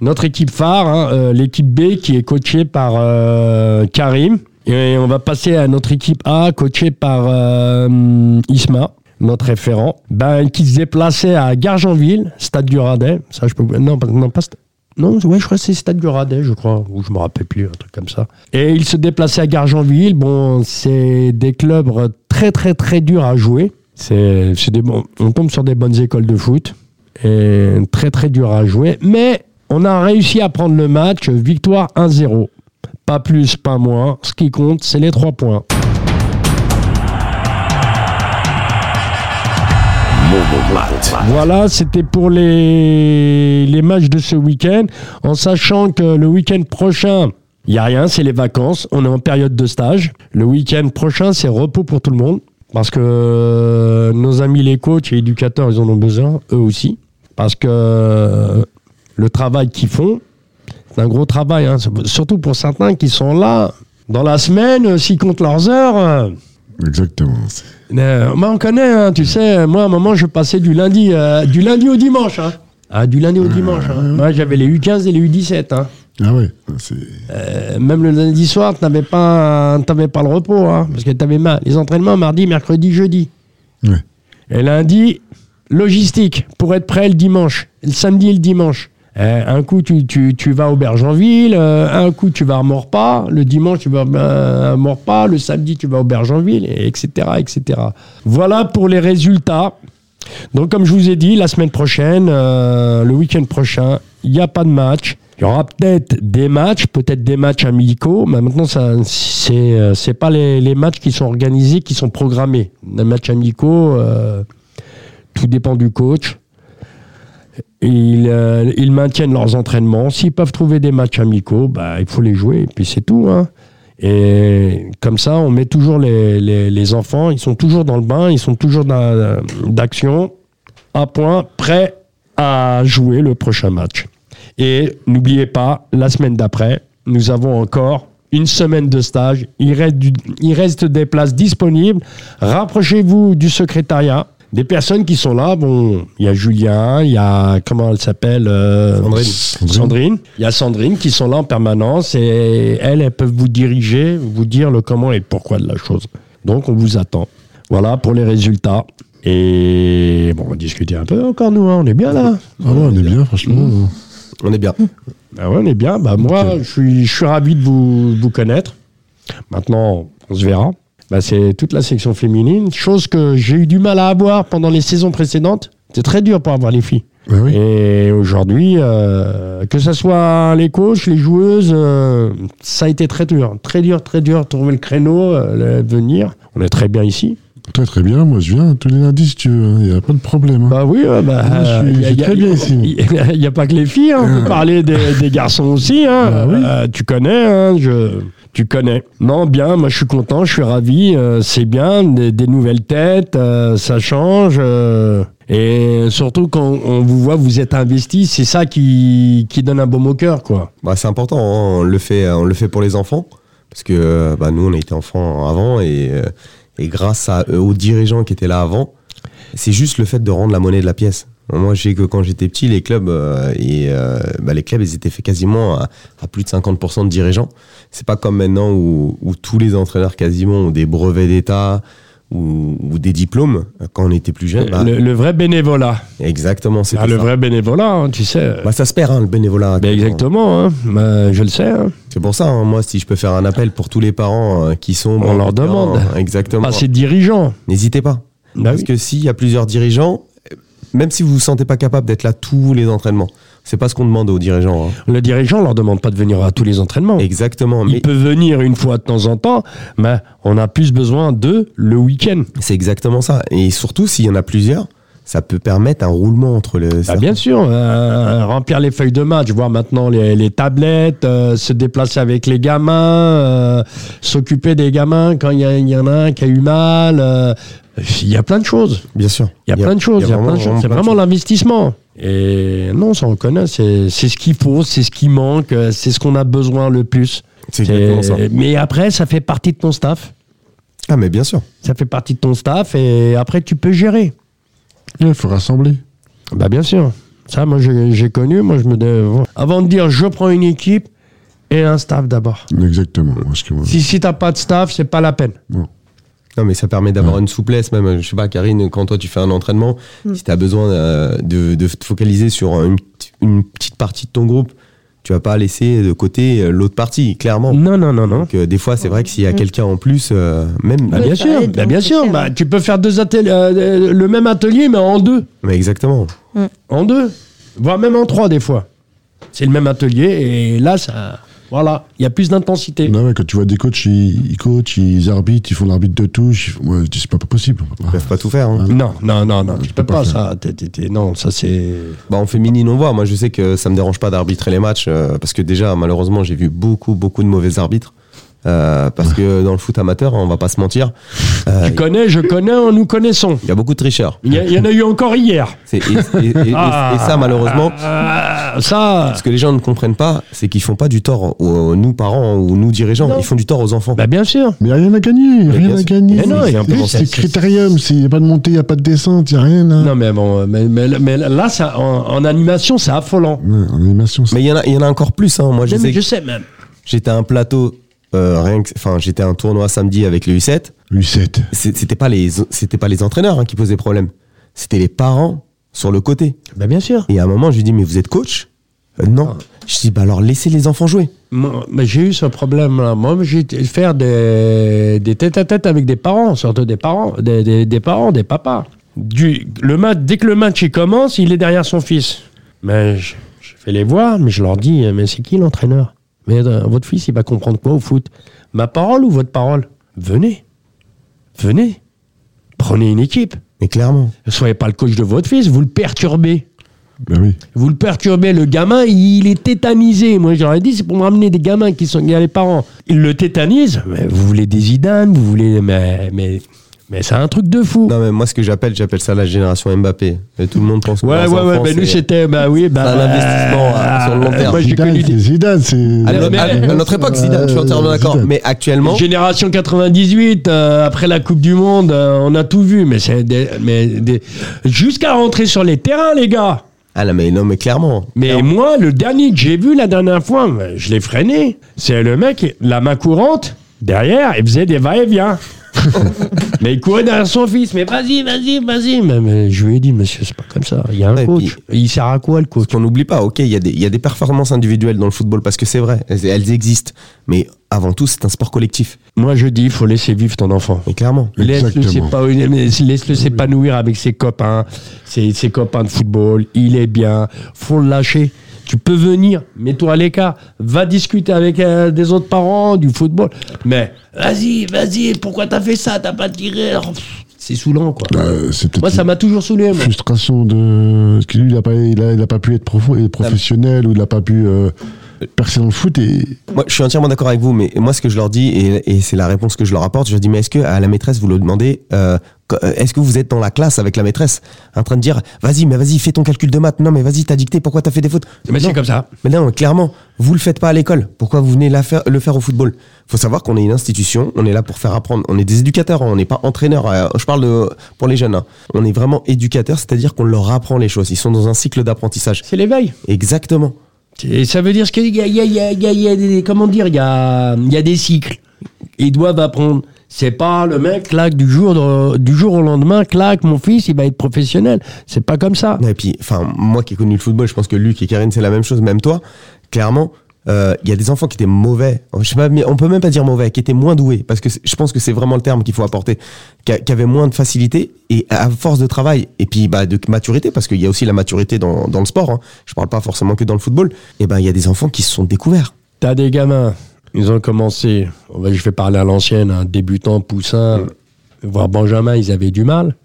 [SPEAKER 2] notre équipe phare, hein, euh, l'équipe B qui est coachée par euh, Karim. Et on va passer à notre équipe A, coachée par euh, Isma, notre référent, ben, qui se déplaçait à Gargenville, stade du Radet. Ça, je peux... Non, pas- non, pas... sta- Non, ouais, je crois que c'est Stade du Radet, je crois, ou je me rappelle plus, un truc comme ça. Et il se déplaçait à Gargenville. Bon, c'est des clubs très, très, très durs à jouer. C'est, c'est des bons- on tombe sur des bonnes écoles de foot et très très dur à jouer. Mais on a réussi à prendre le match, victoire 1-0. Pas plus, pas moins. Ce qui compte, c'est les trois points. Voilà, c'était pour les, les matchs de ce week-end. En sachant que le week-end prochain, il n'y a rien, c'est les vacances. On est en période de stage. Le week-end prochain, c'est repos pour tout le monde. Parce que euh, nos amis les coachs et éducateurs, ils en ont besoin, eux aussi. Parce que euh, le travail qu'ils font, c'est un gros travail. hein. Surtout pour certains qui sont là dans la semaine, euh, s'ils comptent leurs heures. euh,
[SPEAKER 4] Exactement. c'est-
[SPEAKER 2] euh, bah, on connaît, hein, tu sais, moi à un moment je passais du lundi, euh, du lundi au dimanche. hein. Ah, du lundi au dimanche. hein. Moi j'avais les U15 et les U17. hein.
[SPEAKER 4] Ah ouais, c'est
[SPEAKER 2] Euh, même le lundi soir, t'avais pas, t'avais pas le repos, hein, parce que t'avais ma- les entraînements mardi, mercredi, jeudi.
[SPEAKER 4] Ah Ouais.
[SPEAKER 2] Et lundi, logistique, pour être prêt le dimanche, le samedi et le dimanche. Euh, un coup, tu, tu, tu vas au Bergenville, euh, un coup, tu vas à Morpa, le dimanche, tu vas euh, à Morpa, le samedi, tu vas au Bergenville, et etc., etc. Voilà pour les résultats. Donc, comme je vous ai dit, la semaine prochaine, euh, le week-end prochain, il n'y a pas de match. Il y aura peut-être des matchs, peut-être des matchs amicaux, mais maintenant, ça, c'est, euh, c'est pas les, les matchs qui sont organisés, qui sont programmés. Les matchs amicaux, euh, tout dépend du coach. Ils, euh, ils maintiennent leurs entraînements. S'ils peuvent trouver des matchs amicaux, bah, il faut les jouer, et puis c'est tout. hein. Et comme ça, on met toujours les, les- les enfants, ils sont toujours dans le bain, ils sont toujours d'a- d'action, à point, prêts à jouer le prochain match. Et n'oubliez pas, la semaine d'après, nous avons encore une semaine de stage. Il reste, du- il reste des places disponibles. Rapprochez-vous du secrétariat. Des personnes qui sont là, bon, il y a Julien, il y a, comment elle s'appelle euh, Sandrine. Sandrine. Il y a Sandrine qui sont là en permanence et elles, elles peuvent vous diriger, vous dire le comment et le pourquoi de la chose. Donc, on vous attend. Voilà pour les résultats. Et bon, on va discuter un peu encore, nous, hein, on est bien là.
[SPEAKER 4] Ah ouais, Mmh. on est bien, franchement.
[SPEAKER 3] On est
[SPEAKER 5] Mm.
[SPEAKER 3] bien.
[SPEAKER 2] Ah ouais, on est bien. Bah, moi, je suis, je suis ravi de vous, de vous connaître. Maintenant, on se verra. Bah, c'est toute la section féminine, chose que j'ai eu du mal à avoir pendant les saisons précédentes. C'est très dur pour avoir les filles.
[SPEAKER 4] Ouais, Bah oui.
[SPEAKER 2] Et aujourd'hui, euh, que ce soit les coachs, les joueuses, euh, ça a été très dur. Très dur, très dur de trouver le créneau, euh, le- venir. On est très bien ici.
[SPEAKER 4] Toi, très bien. Moi, je viens tous les lundis si tu veux. Il n'y a pas de problème. hein.
[SPEAKER 2] Bah oui, euh, bah,
[SPEAKER 4] Moi, je suis-
[SPEAKER 2] il y a-
[SPEAKER 4] je suis
[SPEAKER 2] il y a-
[SPEAKER 4] très bien ici. Ah.
[SPEAKER 2] Il n'y a pas que les filles, hein, on peut parler des, des garçons aussi. hein.
[SPEAKER 4] Bah oui.
[SPEAKER 2] Euh, tu connais, hein, je, tu connais. Non, bien, moi je suis content, je suis ravi, euh, c'est bien, des, des nouvelles têtes, euh, ça change. euh, et surtout quand on vous voit, vous êtes investi, c'est ça qui, qui donne un baume au cœur, quoi.
[SPEAKER 3] Bah, c'est important, hein, on, le fait, on le fait pour les enfants, parce que euh, bah, nous, on a été enfants avant, et, euh, et grâce à, eux, aux dirigeants qui étaient là avant, c'est juste le fait de rendre la monnaie de la pièce. Moi, je sais que quand j'étais petit, les clubs, euh, et, euh, bah, les clubs, ils étaient faits quasiment à, à plus de 50% de dirigeants. C'est pas comme maintenant où, où tous les entraîneurs quasiment ont des brevets d'État ou, ou des diplômes. Quand on était plus
[SPEAKER 4] Eh
[SPEAKER 3] jeune,
[SPEAKER 4] ben.
[SPEAKER 3] bah,
[SPEAKER 2] Euh, le, le vrai bénévolat.
[SPEAKER 3] exactement, c'était
[SPEAKER 2] Ah, le
[SPEAKER 3] ça.
[SPEAKER 2] vrai bénévolat, hein, tu sais.
[SPEAKER 3] Bah, ça se perd, hein, le bénévolat.
[SPEAKER 2] Ben, exactement, hein, bah, je le sais. hein.
[SPEAKER 3] C'est pour ça, hein, moi, si je peux faire un appel pour tous les parents euh, qui sont...
[SPEAKER 2] On leur
[SPEAKER 3] euh,
[SPEAKER 2] demande.
[SPEAKER 3] Exactement.
[SPEAKER 2] Bah, c'est dirigeant.
[SPEAKER 3] N'hésitez pas.
[SPEAKER 2] Bah
[SPEAKER 3] Parce
[SPEAKER 2] oui.
[SPEAKER 3] que s'il y a plusieurs dirigeants, euh, même si vous vous sentez pas capable d'être là tous les entraînements, c'est pas ce qu'on demande aux dirigeants. hein.
[SPEAKER 2] Le dirigeant leur demande pas de venir à tous les entraînements.
[SPEAKER 3] Exactement.
[SPEAKER 2] Oh. Il
[SPEAKER 3] Mais
[SPEAKER 2] peut venir une fois de temps en temps, mais on a plus besoin d'eux le week-end. Ah,
[SPEAKER 3] c'est exactement ça. Et surtout, s'il y en a plusieurs, ça peut permettre un roulement entre les.
[SPEAKER 2] Bah,
[SPEAKER 3] certains.
[SPEAKER 2] bien sûr, euh, remplir les feuilles de match, voir maintenant les, les tablettes, euh, se déplacer avec les gamins, euh, s'occuper des gamins quand il y, a- il y en a un qui a eu mal. euh, Il y a plein de choses.
[SPEAKER 3] Bien sûr.
[SPEAKER 2] Il y a, plein de choses.
[SPEAKER 3] il y a
[SPEAKER 2] il y a
[SPEAKER 3] vraiment-
[SPEAKER 2] plein de choses.
[SPEAKER 3] vraiment
[SPEAKER 2] C'est
[SPEAKER 3] plein de
[SPEAKER 2] vraiment
[SPEAKER 3] choses.
[SPEAKER 2] l'investissement. Et non, ça on connaît. C'est c'est ce qu'il faut, c'est ce qui manque, euh, c'est ce qu'on a besoin le plus.
[SPEAKER 3] C'est
[SPEAKER 2] C'est-
[SPEAKER 3] exactement ça.
[SPEAKER 2] Mais après, ça fait partie de ton staff.
[SPEAKER 3] Ah, mais bien sûr.
[SPEAKER 2] Ça fait partie de ton staff et après tu peux gérer.
[SPEAKER 4] Il faut rassembler.
[SPEAKER 2] Bah bien sûr. Ça, moi j'ai j'ai connu. Moi je me dé- avant de dire je prends une équipe et un staff d'abord.
[SPEAKER 4] Exactement. Parce que moi-
[SPEAKER 2] Bah, Si si t'as pas de staff, c'est pas la peine.
[SPEAKER 3] Non, mais ça permet d'avoir une souplesse, même, je sais pas, Karine, quand toi tu fais un entraînement, si tu as besoin euh, de, de te focaliser sur une, p'ti- une petite partie de ton groupe, tu vas pas laisser de côté euh, l'autre partie, clairement.
[SPEAKER 2] Non non non non.
[SPEAKER 3] Donc, euh, des fois, c'est vrai que s'il y a quelqu'un en plus, euh, même.
[SPEAKER 2] Bah,
[SPEAKER 5] Oui,
[SPEAKER 2] bien
[SPEAKER 5] ça
[SPEAKER 2] sûr,
[SPEAKER 5] aide,
[SPEAKER 2] bah,
[SPEAKER 5] donc,
[SPEAKER 2] bien
[SPEAKER 5] c'est
[SPEAKER 2] sûr.
[SPEAKER 5] clair.
[SPEAKER 2] Bah, tu peux faire deux ateliers, euh, euh, le même atelier mais en deux.
[SPEAKER 3] Mais exactement.
[SPEAKER 2] En deux, voire même en trois des fois. C'est le même atelier et là, ça, voilà, il y a plus d'intensité.
[SPEAKER 4] Non, ouais, quand tu vois des coachs, ils, ils coachent, ils arbitrent, ils font l'arbitre de touche. ils font- ouais, c'est pas possible. Ah.
[SPEAKER 3] Ils peuvent pas tout faire. hein.
[SPEAKER 2] Non, non, non, non, tu peux
[SPEAKER 4] pas
[SPEAKER 2] pas,
[SPEAKER 4] faire.
[SPEAKER 2] ça. T'es- t'es- t'es- non, ça c'est.
[SPEAKER 3] Bah, en féminine, on voit. Moi, je sais que ça me dérange pas d'arbitrer les matchs euh, parce que déjà, malheureusement, j'ai vu beaucoup, beaucoup de mauvais arbitres. euh, parce que dans le foot amateur, hein, on va pas se mentir, euh,
[SPEAKER 2] Tu connais, je connais, on nous connaissons.
[SPEAKER 3] il y a beaucoup de tricheurs.
[SPEAKER 2] Il y, a- il y en a eu encore hier.
[SPEAKER 3] C'est- et- et- et- et- et ça, malheureusement,
[SPEAKER 2] Ah, ça,
[SPEAKER 3] Ce que les gens ne comprennent pas, c'est qu'ils font pas du tort aux, aux nous parents ou nous dirigeants, ils font du tort aux enfants.
[SPEAKER 2] bah bien sûr.
[SPEAKER 4] Mais y a rien à gagner, y a
[SPEAKER 3] Mais
[SPEAKER 4] rien
[SPEAKER 3] bien
[SPEAKER 4] à
[SPEAKER 3] sûr.
[SPEAKER 4] gagner.
[SPEAKER 2] Mais non, il y a un peu
[SPEAKER 4] Juste
[SPEAKER 2] pensé à
[SPEAKER 4] des
[SPEAKER 2] ça.
[SPEAKER 4] critériums, il n'y a pas de montée, il n'y a pas de descente, il n'y a rien. hein.
[SPEAKER 2] Non mais bon, mais, mais- mais là, ça, en, en animation, c'est affolant.
[SPEAKER 4] Ouais, en animation, c'est-
[SPEAKER 3] Mais il y, en a- il y en a encore plus. hein. Moi, je
[SPEAKER 2] Non, mais
[SPEAKER 3] sais
[SPEAKER 2] Je
[SPEAKER 3] que
[SPEAKER 2] sais même.
[SPEAKER 3] j'étais à un plateau, euh, rien que, enfin, j'étais à un tournoi samedi avec le U7.
[SPEAKER 4] U7.
[SPEAKER 3] C'est- C'était pas les, c'était pas les entraîneurs hein, qui posaient problème. C'était les parents sur le côté.
[SPEAKER 2] Bah bien sûr.
[SPEAKER 3] Et à un moment, je lui dis, mais vous êtes coach Euh,
[SPEAKER 2] Ah.
[SPEAKER 3] Non. Je dis, bah alors laissez les enfants jouer.
[SPEAKER 2] Moi, mais j'ai eu ce problème là. Moi, j'ai été faire des, des tête à tête avec des parents, surtout des parents, des, des- des parents, des papas. Du, le match, dès que le match il commence, il est derrière son fils. Mais je, je fais les voir, mais je leur dis, euh, mais c'est qui l'entraîneur Mais euh, votre fils, il va comprendre quoi au foot Ma parole ou votre parole Venez, venez, prenez une équipe.
[SPEAKER 3] Mais clairement.
[SPEAKER 2] Ne soyez pas le coach de votre fils, vous le perturbez.
[SPEAKER 4] Bah oui.
[SPEAKER 2] Vous le perturbez, le gamin, il est tétanisé. Moi, j'aurais dit, c'est pour me ramener des gamins qui sont il y a les parents. Ils le tétanisent. Mais vous voulez des idanes, vous voulez. Mais, mais, mais c'est un truc de fou.
[SPEAKER 3] Non, mais moi, ce que j'appelle, j'appelle ça la génération Mbappé. Et tout le monde pense que
[SPEAKER 2] ouais, ouais,
[SPEAKER 3] leurs
[SPEAKER 2] ouais.
[SPEAKER 3] enfants,
[SPEAKER 2] Bah, nous,
[SPEAKER 3] c'est-
[SPEAKER 2] c'était. Bah oui, bah.
[SPEAKER 3] un investissement,
[SPEAKER 2] ah,
[SPEAKER 3] hein, sur le long terme.
[SPEAKER 2] Moi, j'ai
[SPEAKER 4] Zidane,
[SPEAKER 2] connu
[SPEAKER 4] c'est
[SPEAKER 2] des
[SPEAKER 4] Zidane, c'est. euh,
[SPEAKER 3] À,
[SPEAKER 2] Mais-
[SPEAKER 3] notre- à- à notre époque, Zidane, je suis entièrement d'accord.
[SPEAKER 4] Zidane.
[SPEAKER 3] Mais actuellement,
[SPEAKER 2] Génération 98, euh, après la Coupe du Monde, euh, on a tout vu. Mais c'est. des- mais des- Jusqu'à rentrer sur les terrains, les gars.
[SPEAKER 3] ah non, mais non, mais clairement,
[SPEAKER 2] Mais moi, le dernier que j'ai vu la dernière fois, je l'ai freiné. C'est le mec, la main courante, derrière, il faisait des va-et-vient. mais il courait derrière son fils. Mais vas-y, vas-y, vas-y. Mais, mais je lui ai dit, monsieur, c'est pas comme ça. Il y a un
[SPEAKER 3] Ouais,
[SPEAKER 2] coach. Il sert à quoi, le coach
[SPEAKER 3] qu'on n'oublie pas, ok, il y, a des- il y a des performances individuelles dans le football parce que c'est vrai, elles, elles existent. Mais avant tout, c'est un sport collectif.
[SPEAKER 2] Moi, je dis, il faut laisser vivre ton enfant.
[SPEAKER 3] Et clairement.
[SPEAKER 2] Laisse-le
[SPEAKER 4] Exactement.
[SPEAKER 2] s'épanouir- mais laisse-le s'épanouir avec ses copains, ses, ses copains de football. Il est bien. Faut le lâcher. Tu peux venir, mets-toi à l'écart. Va discuter avec euh, des autres parents du football. Mais vas-y, vas-y, pourquoi t'as fait ça T'as pas tiré Alors, pff, C'est saoulant, quoi.
[SPEAKER 4] Bah, c'est peut-être
[SPEAKER 2] moi, ça
[SPEAKER 4] une
[SPEAKER 2] m'a toujours saoulé. moi.
[SPEAKER 4] frustration de. Parce que lui, il n'a pas, il a, il a pas pu être profo- professionnel ou il n'a pas pu euh, percer dans le foot et.
[SPEAKER 3] Moi, je suis entièrement d'accord avec vous, mais moi, ce que je leur dis, et, et c'est la réponse que je leur apporte, je leur dis, mais est-ce que à la maîtresse, vous le demandez, euh, qu- euh, est-ce que vous êtes dans la classe avec la maîtresse, en train de dire, vas-y, mais vas-y, fais ton calcul de maths, non, mais vas-y, t'as dicté, pourquoi t'as fait des fautes
[SPEAKER 2] Mais
[SPEAKER 3] Non.
[SPEAKER 2] c'est comme ça.
[SPEAKER 3] Mais non, clairement, vous le faites pas à l'école. Pourquoi vous venez la faire- le faire au football Faut savoir qu'on est une institution, on est là pour faire apprendre. On est des éducateurs, hein, on n'est pas entraîneurs. euh, je parle de, pour les jeunes. hein. On est vraiment éducateurs, c'est-à-dire qu'on leur apprend les choses. Ils sont dans un cycle d'apprentissage.
[SPEAKER 2] C'est l'éveil.
[SPEAKER 3] Exactement.
[SPEAKER 2] Et ça veut dire ce qu'il y a, il y a- il y a- il y a- il y a des, comment dire, il y a, il y a des cycles. Ils doivent apprendre. C'est pas le mec claque du jour, de- du jour au lendemain, claque mon fils, il va être professionnel. C'est pas comme ça.
[SPEAKER 3] Et puis, enfin, moi qui ai connu le football, je pense que Luc et Karine, c'est la même chose, même toi. Clairement, euh, il y a des enfants qui étaient mauvais. Je sais pas, mais on peut même pas dire mauvais, qui étaient moins doués, parce que c'est- je pense que c'est vraiment le terme qu'il faut apporter, qu'a- qui avaient moins de facilité et à force de travail et puis bah, de maturité, parce qu'il y a aussi la maturité dans, dans le sport. Hein. Je parle pas forcément que dans le football. Et ben, il y a des enfants qui se sont découverts.
[SPEAKER 2] T'as des gamins, ils ont commencé, on va- je vais parler à l'ancienne, hein, débutant, poussin, voire Benjamin, ils avaient du mal.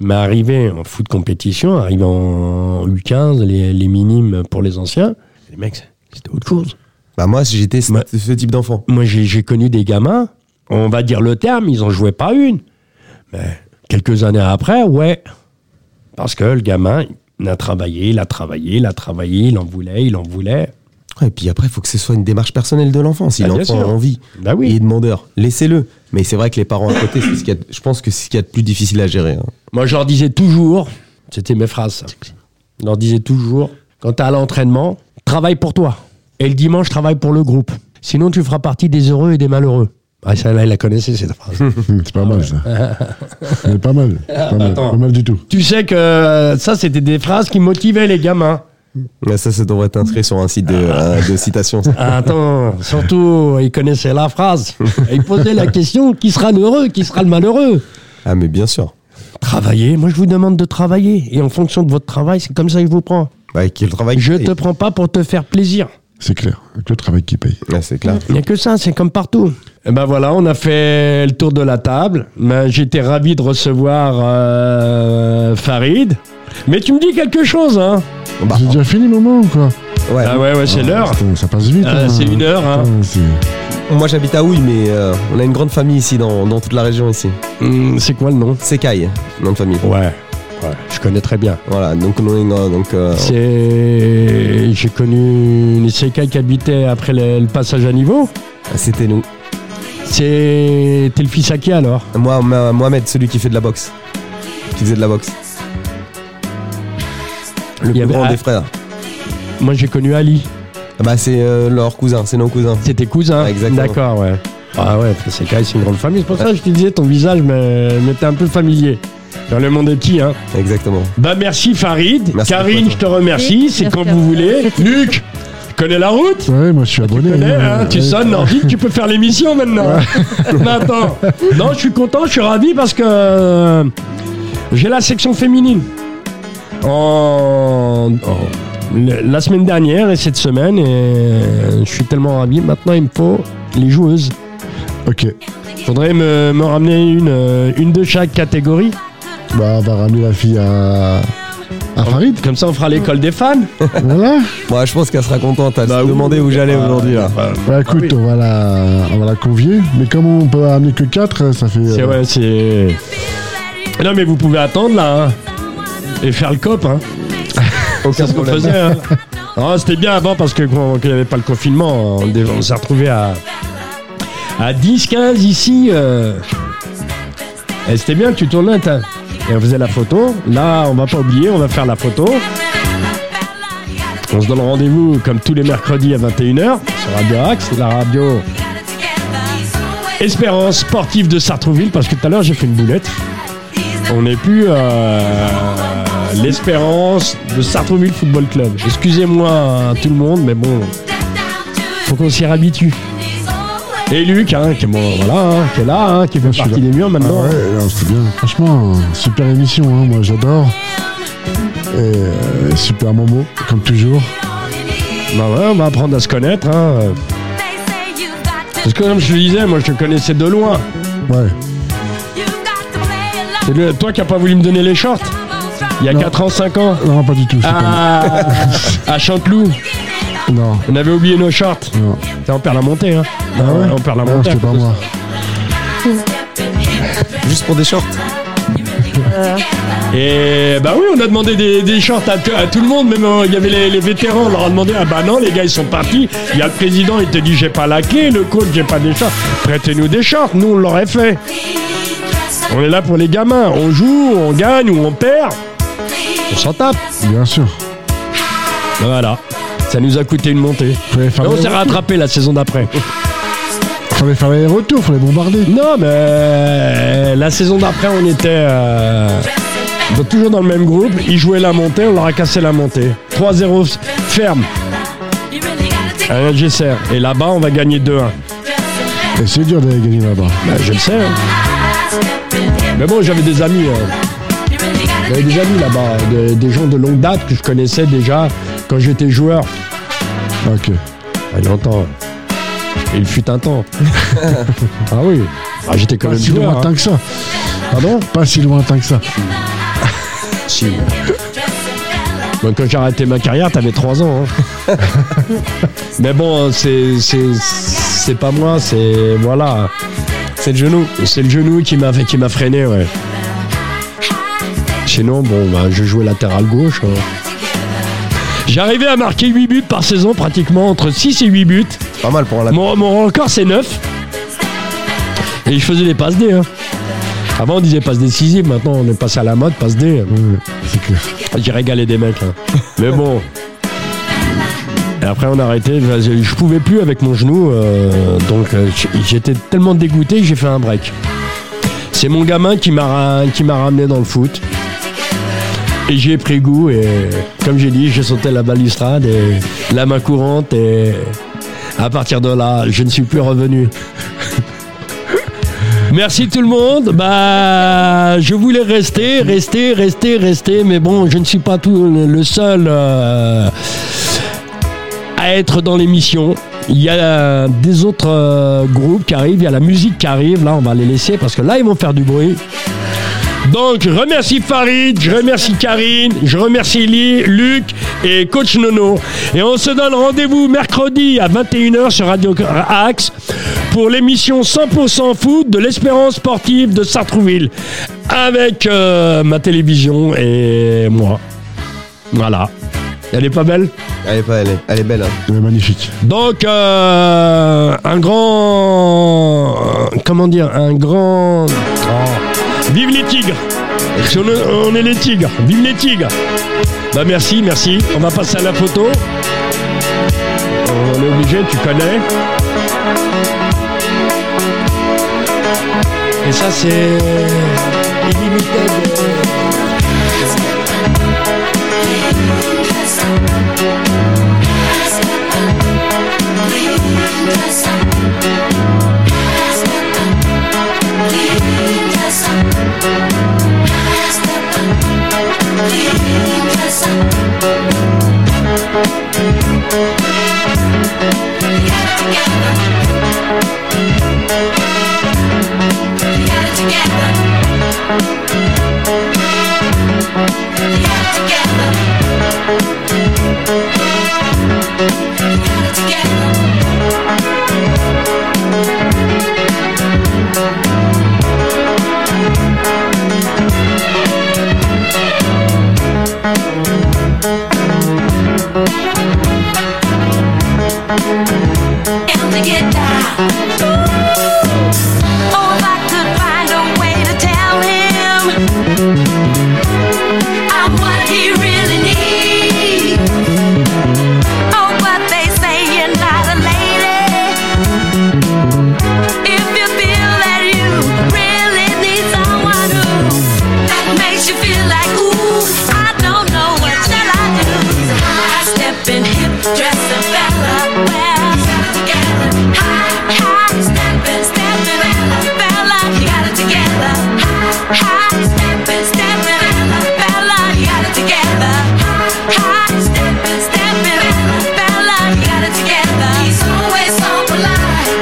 [SPEAKER 2] Mais arrivé en foot compétition, arrivé en U15, les, les minimes pour les anciens, les mecs, c'était autre chose.
[SPEAKER 3] Bah moi, j'étais ce,
[SPEAKER 2] Ouais.
[SPEAKER 3] ce type d'enfant.
[SPEAKER 2] Moi, j'ai j'ai connu des gamins, on va dire le terme, ils en jouaient pas une. Mais quelques années après, ouais. Parce que le gamin, il a travaillé, il a travaillé, il a travaillé, il en voulait, il en voulait.
[SPEAKER 3] Ouais, et puis après, il faut que ce soit une démarche personnelle de l'enfant. S'il
[SPEAKER 2] Ah,
[SPEAKER 3] en
[SPEAKER 2] bien
[SPEAKER 3] prend
[SPEAKER 2] sûr.
[SPEAKER 3] envie,
[SPEAKER 2] Bah
[SPEAKER 3] il
[SPEAKER 2] oui.
[SPEAKER 3] est demandeur. Laissez-le. Mais c'est vrai que les parents à côté, c'est ce qu'il y a de- je pense que c'est ce qu'il y a de plus difficile à gérer. hein.
[SPEAKER 2] Moi, je leur disais toujours, c'était mes phrases, ça. je leur disais toujours, quand tu à l'entraînement, travaille pour toi. Et le dimanche, travaille pour le groupe. Sinon, tu feras partie des heureux et des malheureux. Ah, celle-là, il la connaissait, cette phrase.
[SPEAKER 4] Hum, C'est pas mal, ça.
[SPEAKER 2] *laughs*
[SPEAKER 4] C'est pas mal. C'est Pas
[SPEAKER 2] Ah
[SPEAKER 4] mal.
[SPEAKER 2] Attends.
[SPEAKER 4] Pas mal du tout.
[SPEAKER 2] tu sais que euh, ça, c'était des phrases qui motivaient les gamins.
[SPEAKER 3] Ouais, Ah, ça, ça devrait être inscrit sur un site de, euh, de citation. ça.
[SPEAKER 2] Ah, Attends, surtout, ils connaissaient la phrase. Et Ils posaient la question, qui sera l'heureux, qui sera le malheureux
[SPEAKER 3] Ah, mais bien sûr.
[SPEAKER 2] Travaillez, moi, je vous demande de travailler. Et en fonction de votre travail, c'est comme ça que je vous prends.
[SPEAKER 3] Bah, qu'il travaille.
[SPEAKER 2] Je te prends pas pour te faire plaisir.
[SPEAKER 4] C'est clair. Avec le travail qui paye.
[SPEAKER 3] Ouais, c'est clair.
[SPEAKER 2] Il n'y a que ça, c'est comme partout. Et ben voilà, on a fait le tour de la table. Ben, J'étais ravi de recevoir euh, Farid. Mais tu me dis quelque chose, hein
[SPEAKER 3] Bah,
[SPEAKER 4] C'est déjà fini le moment ou quoi
[SPEAKER 3] ouais.
[SPEAKER 2] Ah ouais, ouais, c'est l'heure.
[SPEAKER 4] Putain, Ça passe vite.
[SPEAKER 2] Ah,
[SPEAKER 4] hein.
[SPEAKER 2] c'est une heure, hein.
[SPEAKER 4] Putain, c'est-
[SPEAKER 3] Moi, j'habite à Houille, mais euh, on a une grande famille ici, dans, dans toute la région ici.
[SPEAKER 2] Hum, c'est quoi le nom
[SPEAKER 3] C'est Caille, nom de famille.
[SPEAKER 2] ouais, ouais, je connais très bien.
[SPEAKER 3] Voilà, donc on est dans- donc, euh,
[SPEAKER 2] C'est, j'ai connu une Seika qui habitait après le, le passage à niveau.
[SPEAKER 3] c'était nous.
[SPEAKER 2] C'est, t'es le fils à qui alors
[SPEAKER 3] Moi, ma- Mohamed, celui qui fait de la boxe. Qui faisait de la boxe.
[SPEAKER 2] Il
[SPEAKER 3] Le
[SPEAKER 2] y
[SPEAKER 3] plus
[SPEAKER 2] avait-
[SPEAKER 3] grand
[SPEAKER 2] ah.
[SPEAKER 3] des frères.
[SPEAKER 2] Moi j'ai connu Ali.
[SPEAKER 3] Ah Bah, c'est euh, leur cousin, c'est nos cousins.
[SPEAKER 2] C'était cousin.
[SPEAKER 3] Ah, exactement.
[SPEAKER 2] D'accord, ouais. Ah ouais, parce que c'est quand même c'est une grande famille. C'est pour ça que je te disais, ton visage me- m'était un peu familier. Dans le monde est petit, hein.
[SPEAKER 3] Exactement.
[SPEAKER 2] Bah merci Farid.
[SPEAKER 3] Merci beaucoup à
[SPEAKER 2] Karine,
[SPEAKER 3] toi.
[SPEAKER 2] je te remercie.
[SPEAKER 5] Merci,
[SPEAKER 2] C'est
[SPEAKER 5] merci
[SPEAKER 2] quand
[SPEAKER 5] à
[SPEAKER 2] vous
[SPEAKER 5] vous. *laughs*
[SPEAKER 2] voulez. Luc, tu connais la route
[SPEAKER 4] Ouais, moi je suis
[SPEAKER 2] Tu
[SPEAKER 4] abonné.
[SPEAKER 2] connais,
[SPEAKER 4] hein.
[SPEAKER 2] hein, tu
[SPEAKER 4] Ouais.
[SPEAKER 2] sonnes, Nordique, tu peux faire l'émission maintenant. *laughs* Non, attends. Non, je suis content, je suis ravi parce que euh, j'ai la section féminine. En, en- le- la semaine dernière et cette semaine, et euh, je suis tellement ravi. Maintenant, il me faut les joueuses.
[SPEAKER 4] Ok.
[SPEAKER 2] Faudrait me, me ramener une, euh, une de chaque catégorie.
[SPEAKER 4] Bah, on va ramener la fille à. à Farid.
[SPEAKER 2] Comme ça, on fera l'école des fans.
[SPEAKER 4] voilà.
[SPEAKER 3] Moi, Bah, je pense qu'elle sera contente. Elle
[SPEAKER 2] Bah,
[SPEAKER 3] se
[SPEAKER 2] oui.
[SPEAKER 3] demandait où j'allais
[SPEAKER 2] Ah,
[SPEAKER 3] aujourd'hui. là.
[SPEAKER 4] Bah, écoute, on, va la... on va la convier. Mais comme on peut ramener que 4, ça fait.
[SPEAKER 2] C'est
[SPEAKER 4] euh,
[SPEAKER 2] ouais, c'est. Non, mais vous pouvez attendre là. hein, et faire le cop, hein.
[SPEAKER 3] *laughs* Aucun
[SPEAKER 2] C'est ce qu'on
[SPEAKER 3] problème.
[SPEAKER 2] faisait. hein. Ah, C'était bien avant parce que quand quand il n'y avait pas le confinement, on, dé- on s'est retrouvé à, à 10, 15 ici. euh. Et C'était bien, tu tournais. t'as- Et on faisait la photo. Là, on va pas oublier, on va faire la photo. On se donne rendez-vous comme tous les mercredis à 21h sur Radio Axe, la radio Espérance sportive de Sartrouville parce que tout à l'heure j'ai fait une boulette. On n'est plus euh, l'espérance de Sartrouville Football Club. Excusez-moi à tout le monde, mais bon, faut qu'on s'y réhabitue. Et Luc, hein, qui, est bon, voilà, hein, qui est là, hein, qui fait
[SPEAKER 4] suis
[SPEAKER 2] partie
[SPEAKER 4] là.
[SPEAKER 2] des murs
[SPEAKER 4] Ah
[SPEAKER 2] maintenant.
[SPEAKER 4] ouais, non, c'est bien. Franchement, super émission, hein, moi j'adore. Et euh, super moment, comme toujours.
[SPEAKER 2] Bah ouais, on va apprendre à se connaître. hein. Parce que comme je le disais, moi je te connaissais de loin.
[SPEAKER 4] Ouais.
[SPEAKER 2] C'est le- toi qui n'as pas voulu me donner les shorts il y a
[SPEAKER 4] Non. Ah.
[SPEAKER 2] 4 ans, 5 ans.
[SPEAKER 4] Non, pas du tout. c'est
[SPEAKER 2] Ah. À, *laughs* à Chanteloup,
[SPEAKER 4] pas... Non,
[SPEAKER 2] on avait oublié nos shorts.
[SPEAKER 4] non.
[SPEAKER 2] Putain, On perd la montée, hein.
[SPEAKER 4] Ah ouais
[SPEAKER 2] on perd la
[SPEAKER 4] Non,
[SPEAKER 2] montée.
[SPEAKER 4] c'était pas moi.
[SPEAKER 3] Juste pour des shorts.
[SPEAKER 2] Et bah oui, on a demandé des, des shorts à, t- à tout le monde, même euh, il y avait les, les vétérans, on leur a demandé, ah bah non, les gars, ils sont partis, il y a le président, il te dit, j'ai pas la clé, le coach, j'ai pas des shorts, prêtez-nous des shorts, nous, on l'aurait fait. On est là pour les gamins, on joue, on gagne ou on perd, on s'en tape.
[SPEAKER 4] Bien sûr.
[SPEAKER 2] Voilà, ça nous a coûté une montée.
[SPEAKER 4] Fallait faire,
[SPEAKER 2] Mais on
[SPEAKER 4] les...
[SPEAKER 2] s'est rattrapé la saison
[SPEAKER 4] *laughs*
[SPEAKER 2] d'après.
[SPEAKER 4] fallait faire les retours, fallait bombarder.
[SPEAKER 2] Non, mais euh, la saison d'après, on était euh, dans- toujours dans le même groupe. Ils jouaient la montée, on leur a cassé la montée. 3-0 f- ferme à un GCR. Et là-bas, on va gagner 2-1.
[SPEAKER 4] Et c'est dur d'aller gagner là-bas.
[SPEAKER 2] Bah, je le sais. hein. Mais bon, j'avais des amis. euh, j'avais des amis là-bas. euh, Des, des gens de longue date que je connaissais déjà quand j'étais joueur. Ah,
[SPEAKER 4] Ok.
[SPEAKER 2] Il longtemps. Il fut un
[SPEAKER 4] *laughs*
[SPEAKER 2] temps. ah oui. Ah, j'étais quand
[SPEAKER 4] Pas
[SPEAKER 2] même
[SPEAKER 4] si
[SPEAKER 2] joueur. hein.
[SPEAKER 4] lointain que ça.
[SPEAKER 2] Pardon
[SPEAKER 4] Pas si lointain que ça.
[SPEAKER 3] chill.
[SPEAKER 2] Moi, quand j'ai arrêté ma carrière, t'avais 3 ans.
[SPEAKER 4] *laughs*
[SPEAKER 2] hein. Mais bon, c'est c'est- c'est pas moi, c'est voilà,
[SPEAKER 3] C'est le genou.
[SPEAKER 2] c'est le genou qui m'a qui m'a freiné, ouais. Sinon, bon, bah, je jouais latéral gauche. hein. J'arrivais à marquer 8 buts par saison, pratiquement entre 6 et 8 buts.
[SPEAKER 3] Pas mal pour un latéral.
[SPEAKER 2] Mon, mon record, c'est 9. Et je faisais des passes D. hein. Avant, on disait passes décisives. Maintenant, on est passé à la mode, passes D. Ah,
[SPEAKER 4] C'est clair.
[SPEAKER 2] J'ai régalé des mecs. hein. Mais bon. Et après, on a arrêté. Je, je pouvais plus avec mon genou. euh, donc, euh, j- j'étais tellement dégoûté que j'ai fait un break. C'est mon gamin qui m'a ra- qui m'a ramené dans le foot. Et j'ai pris goût. Et comme j'ai dit, j'ai sauté la balustrade et la main courante. Et à partir de là, je ne suis plus revenu. Merci tout le monde. Bah, je voulais rester, rester, rester, rester, mais bon, je ne suis pas tout le- le seul euh, à être dans l'émission. Il y a euh, des autres euh, groupes qui arrivent, il y a la musique qui arrive. Là, on va les laisser parce que là, ils vont faire du bruit. Donc, je remercie Farid, je remercie Karine, je remercie Lee, Luc et Coach Nono. Et on se donne rendez-vous mercredi à 21h sur Radio Axe pour l'émission 100% foot de l'espérance sportive de Sartrouville avec euh, ma télévision et moi. Voilà. Elle est pas belle
[SPEAKER 3] Elle est, pas, elle, est, elle est belle. hein.
[SPEAKER 4] Elle est magnifique.
[SPEAKER 2] donc, euh, un grand. euh, Comment dire Un grand. oh. Vive les tigres Si on, est- on est les tigres Vive les tigres Bah, merci, merci. On va passer à la photo. On est obligé, tu connais. Et ça, c'est. Illimited.
[SPEAKER 6] Together. We got it together. We got it together. And we get down. Oh, if I could find a way to tell him I'm what he really needs. Oh, but they say you're not a lady. If you feel that you really need someone who makes you feel like, ooh, I don't know what shall I do. High stepping, hip dressing, fella, well, together. High, high stepping, stepping, fella, you got it together. High, high stepping, stepping, fella, you got it together. High, high stepping, stepping, fella, you got it together. He's always so polite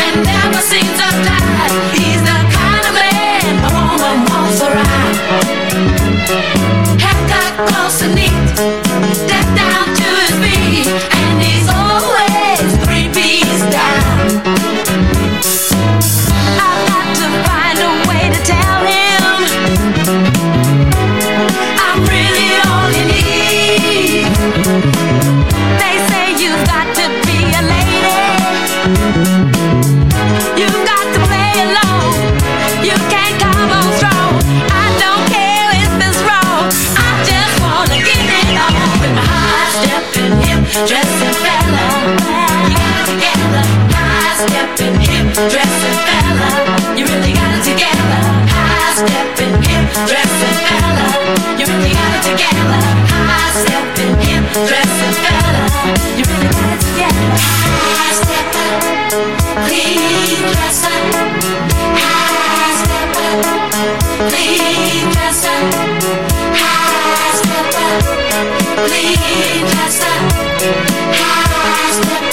[SPEAKER 6] and never seems uptight. He's the kind of man a woman wants to ride. Haircut close and neat, step down to his feet, and he's always three B's down. I've got to find a way to tell him I'm really all he needs. They say you've got to be a lady. You got to play alone. You can't come on strong. I don't care if it's wrong. I just wanna get it on with my high stepping hip dressing fella. You got it together. High stepping hip dressing fella. You really got it together. High stepping hip dressing fella. You really got it together. High stepping hip dressing fella. You really got it together. High stepping. Please dress up, high step up. Please dress up, high step up. Please dress up, high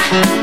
[SPEAKER 6] Together.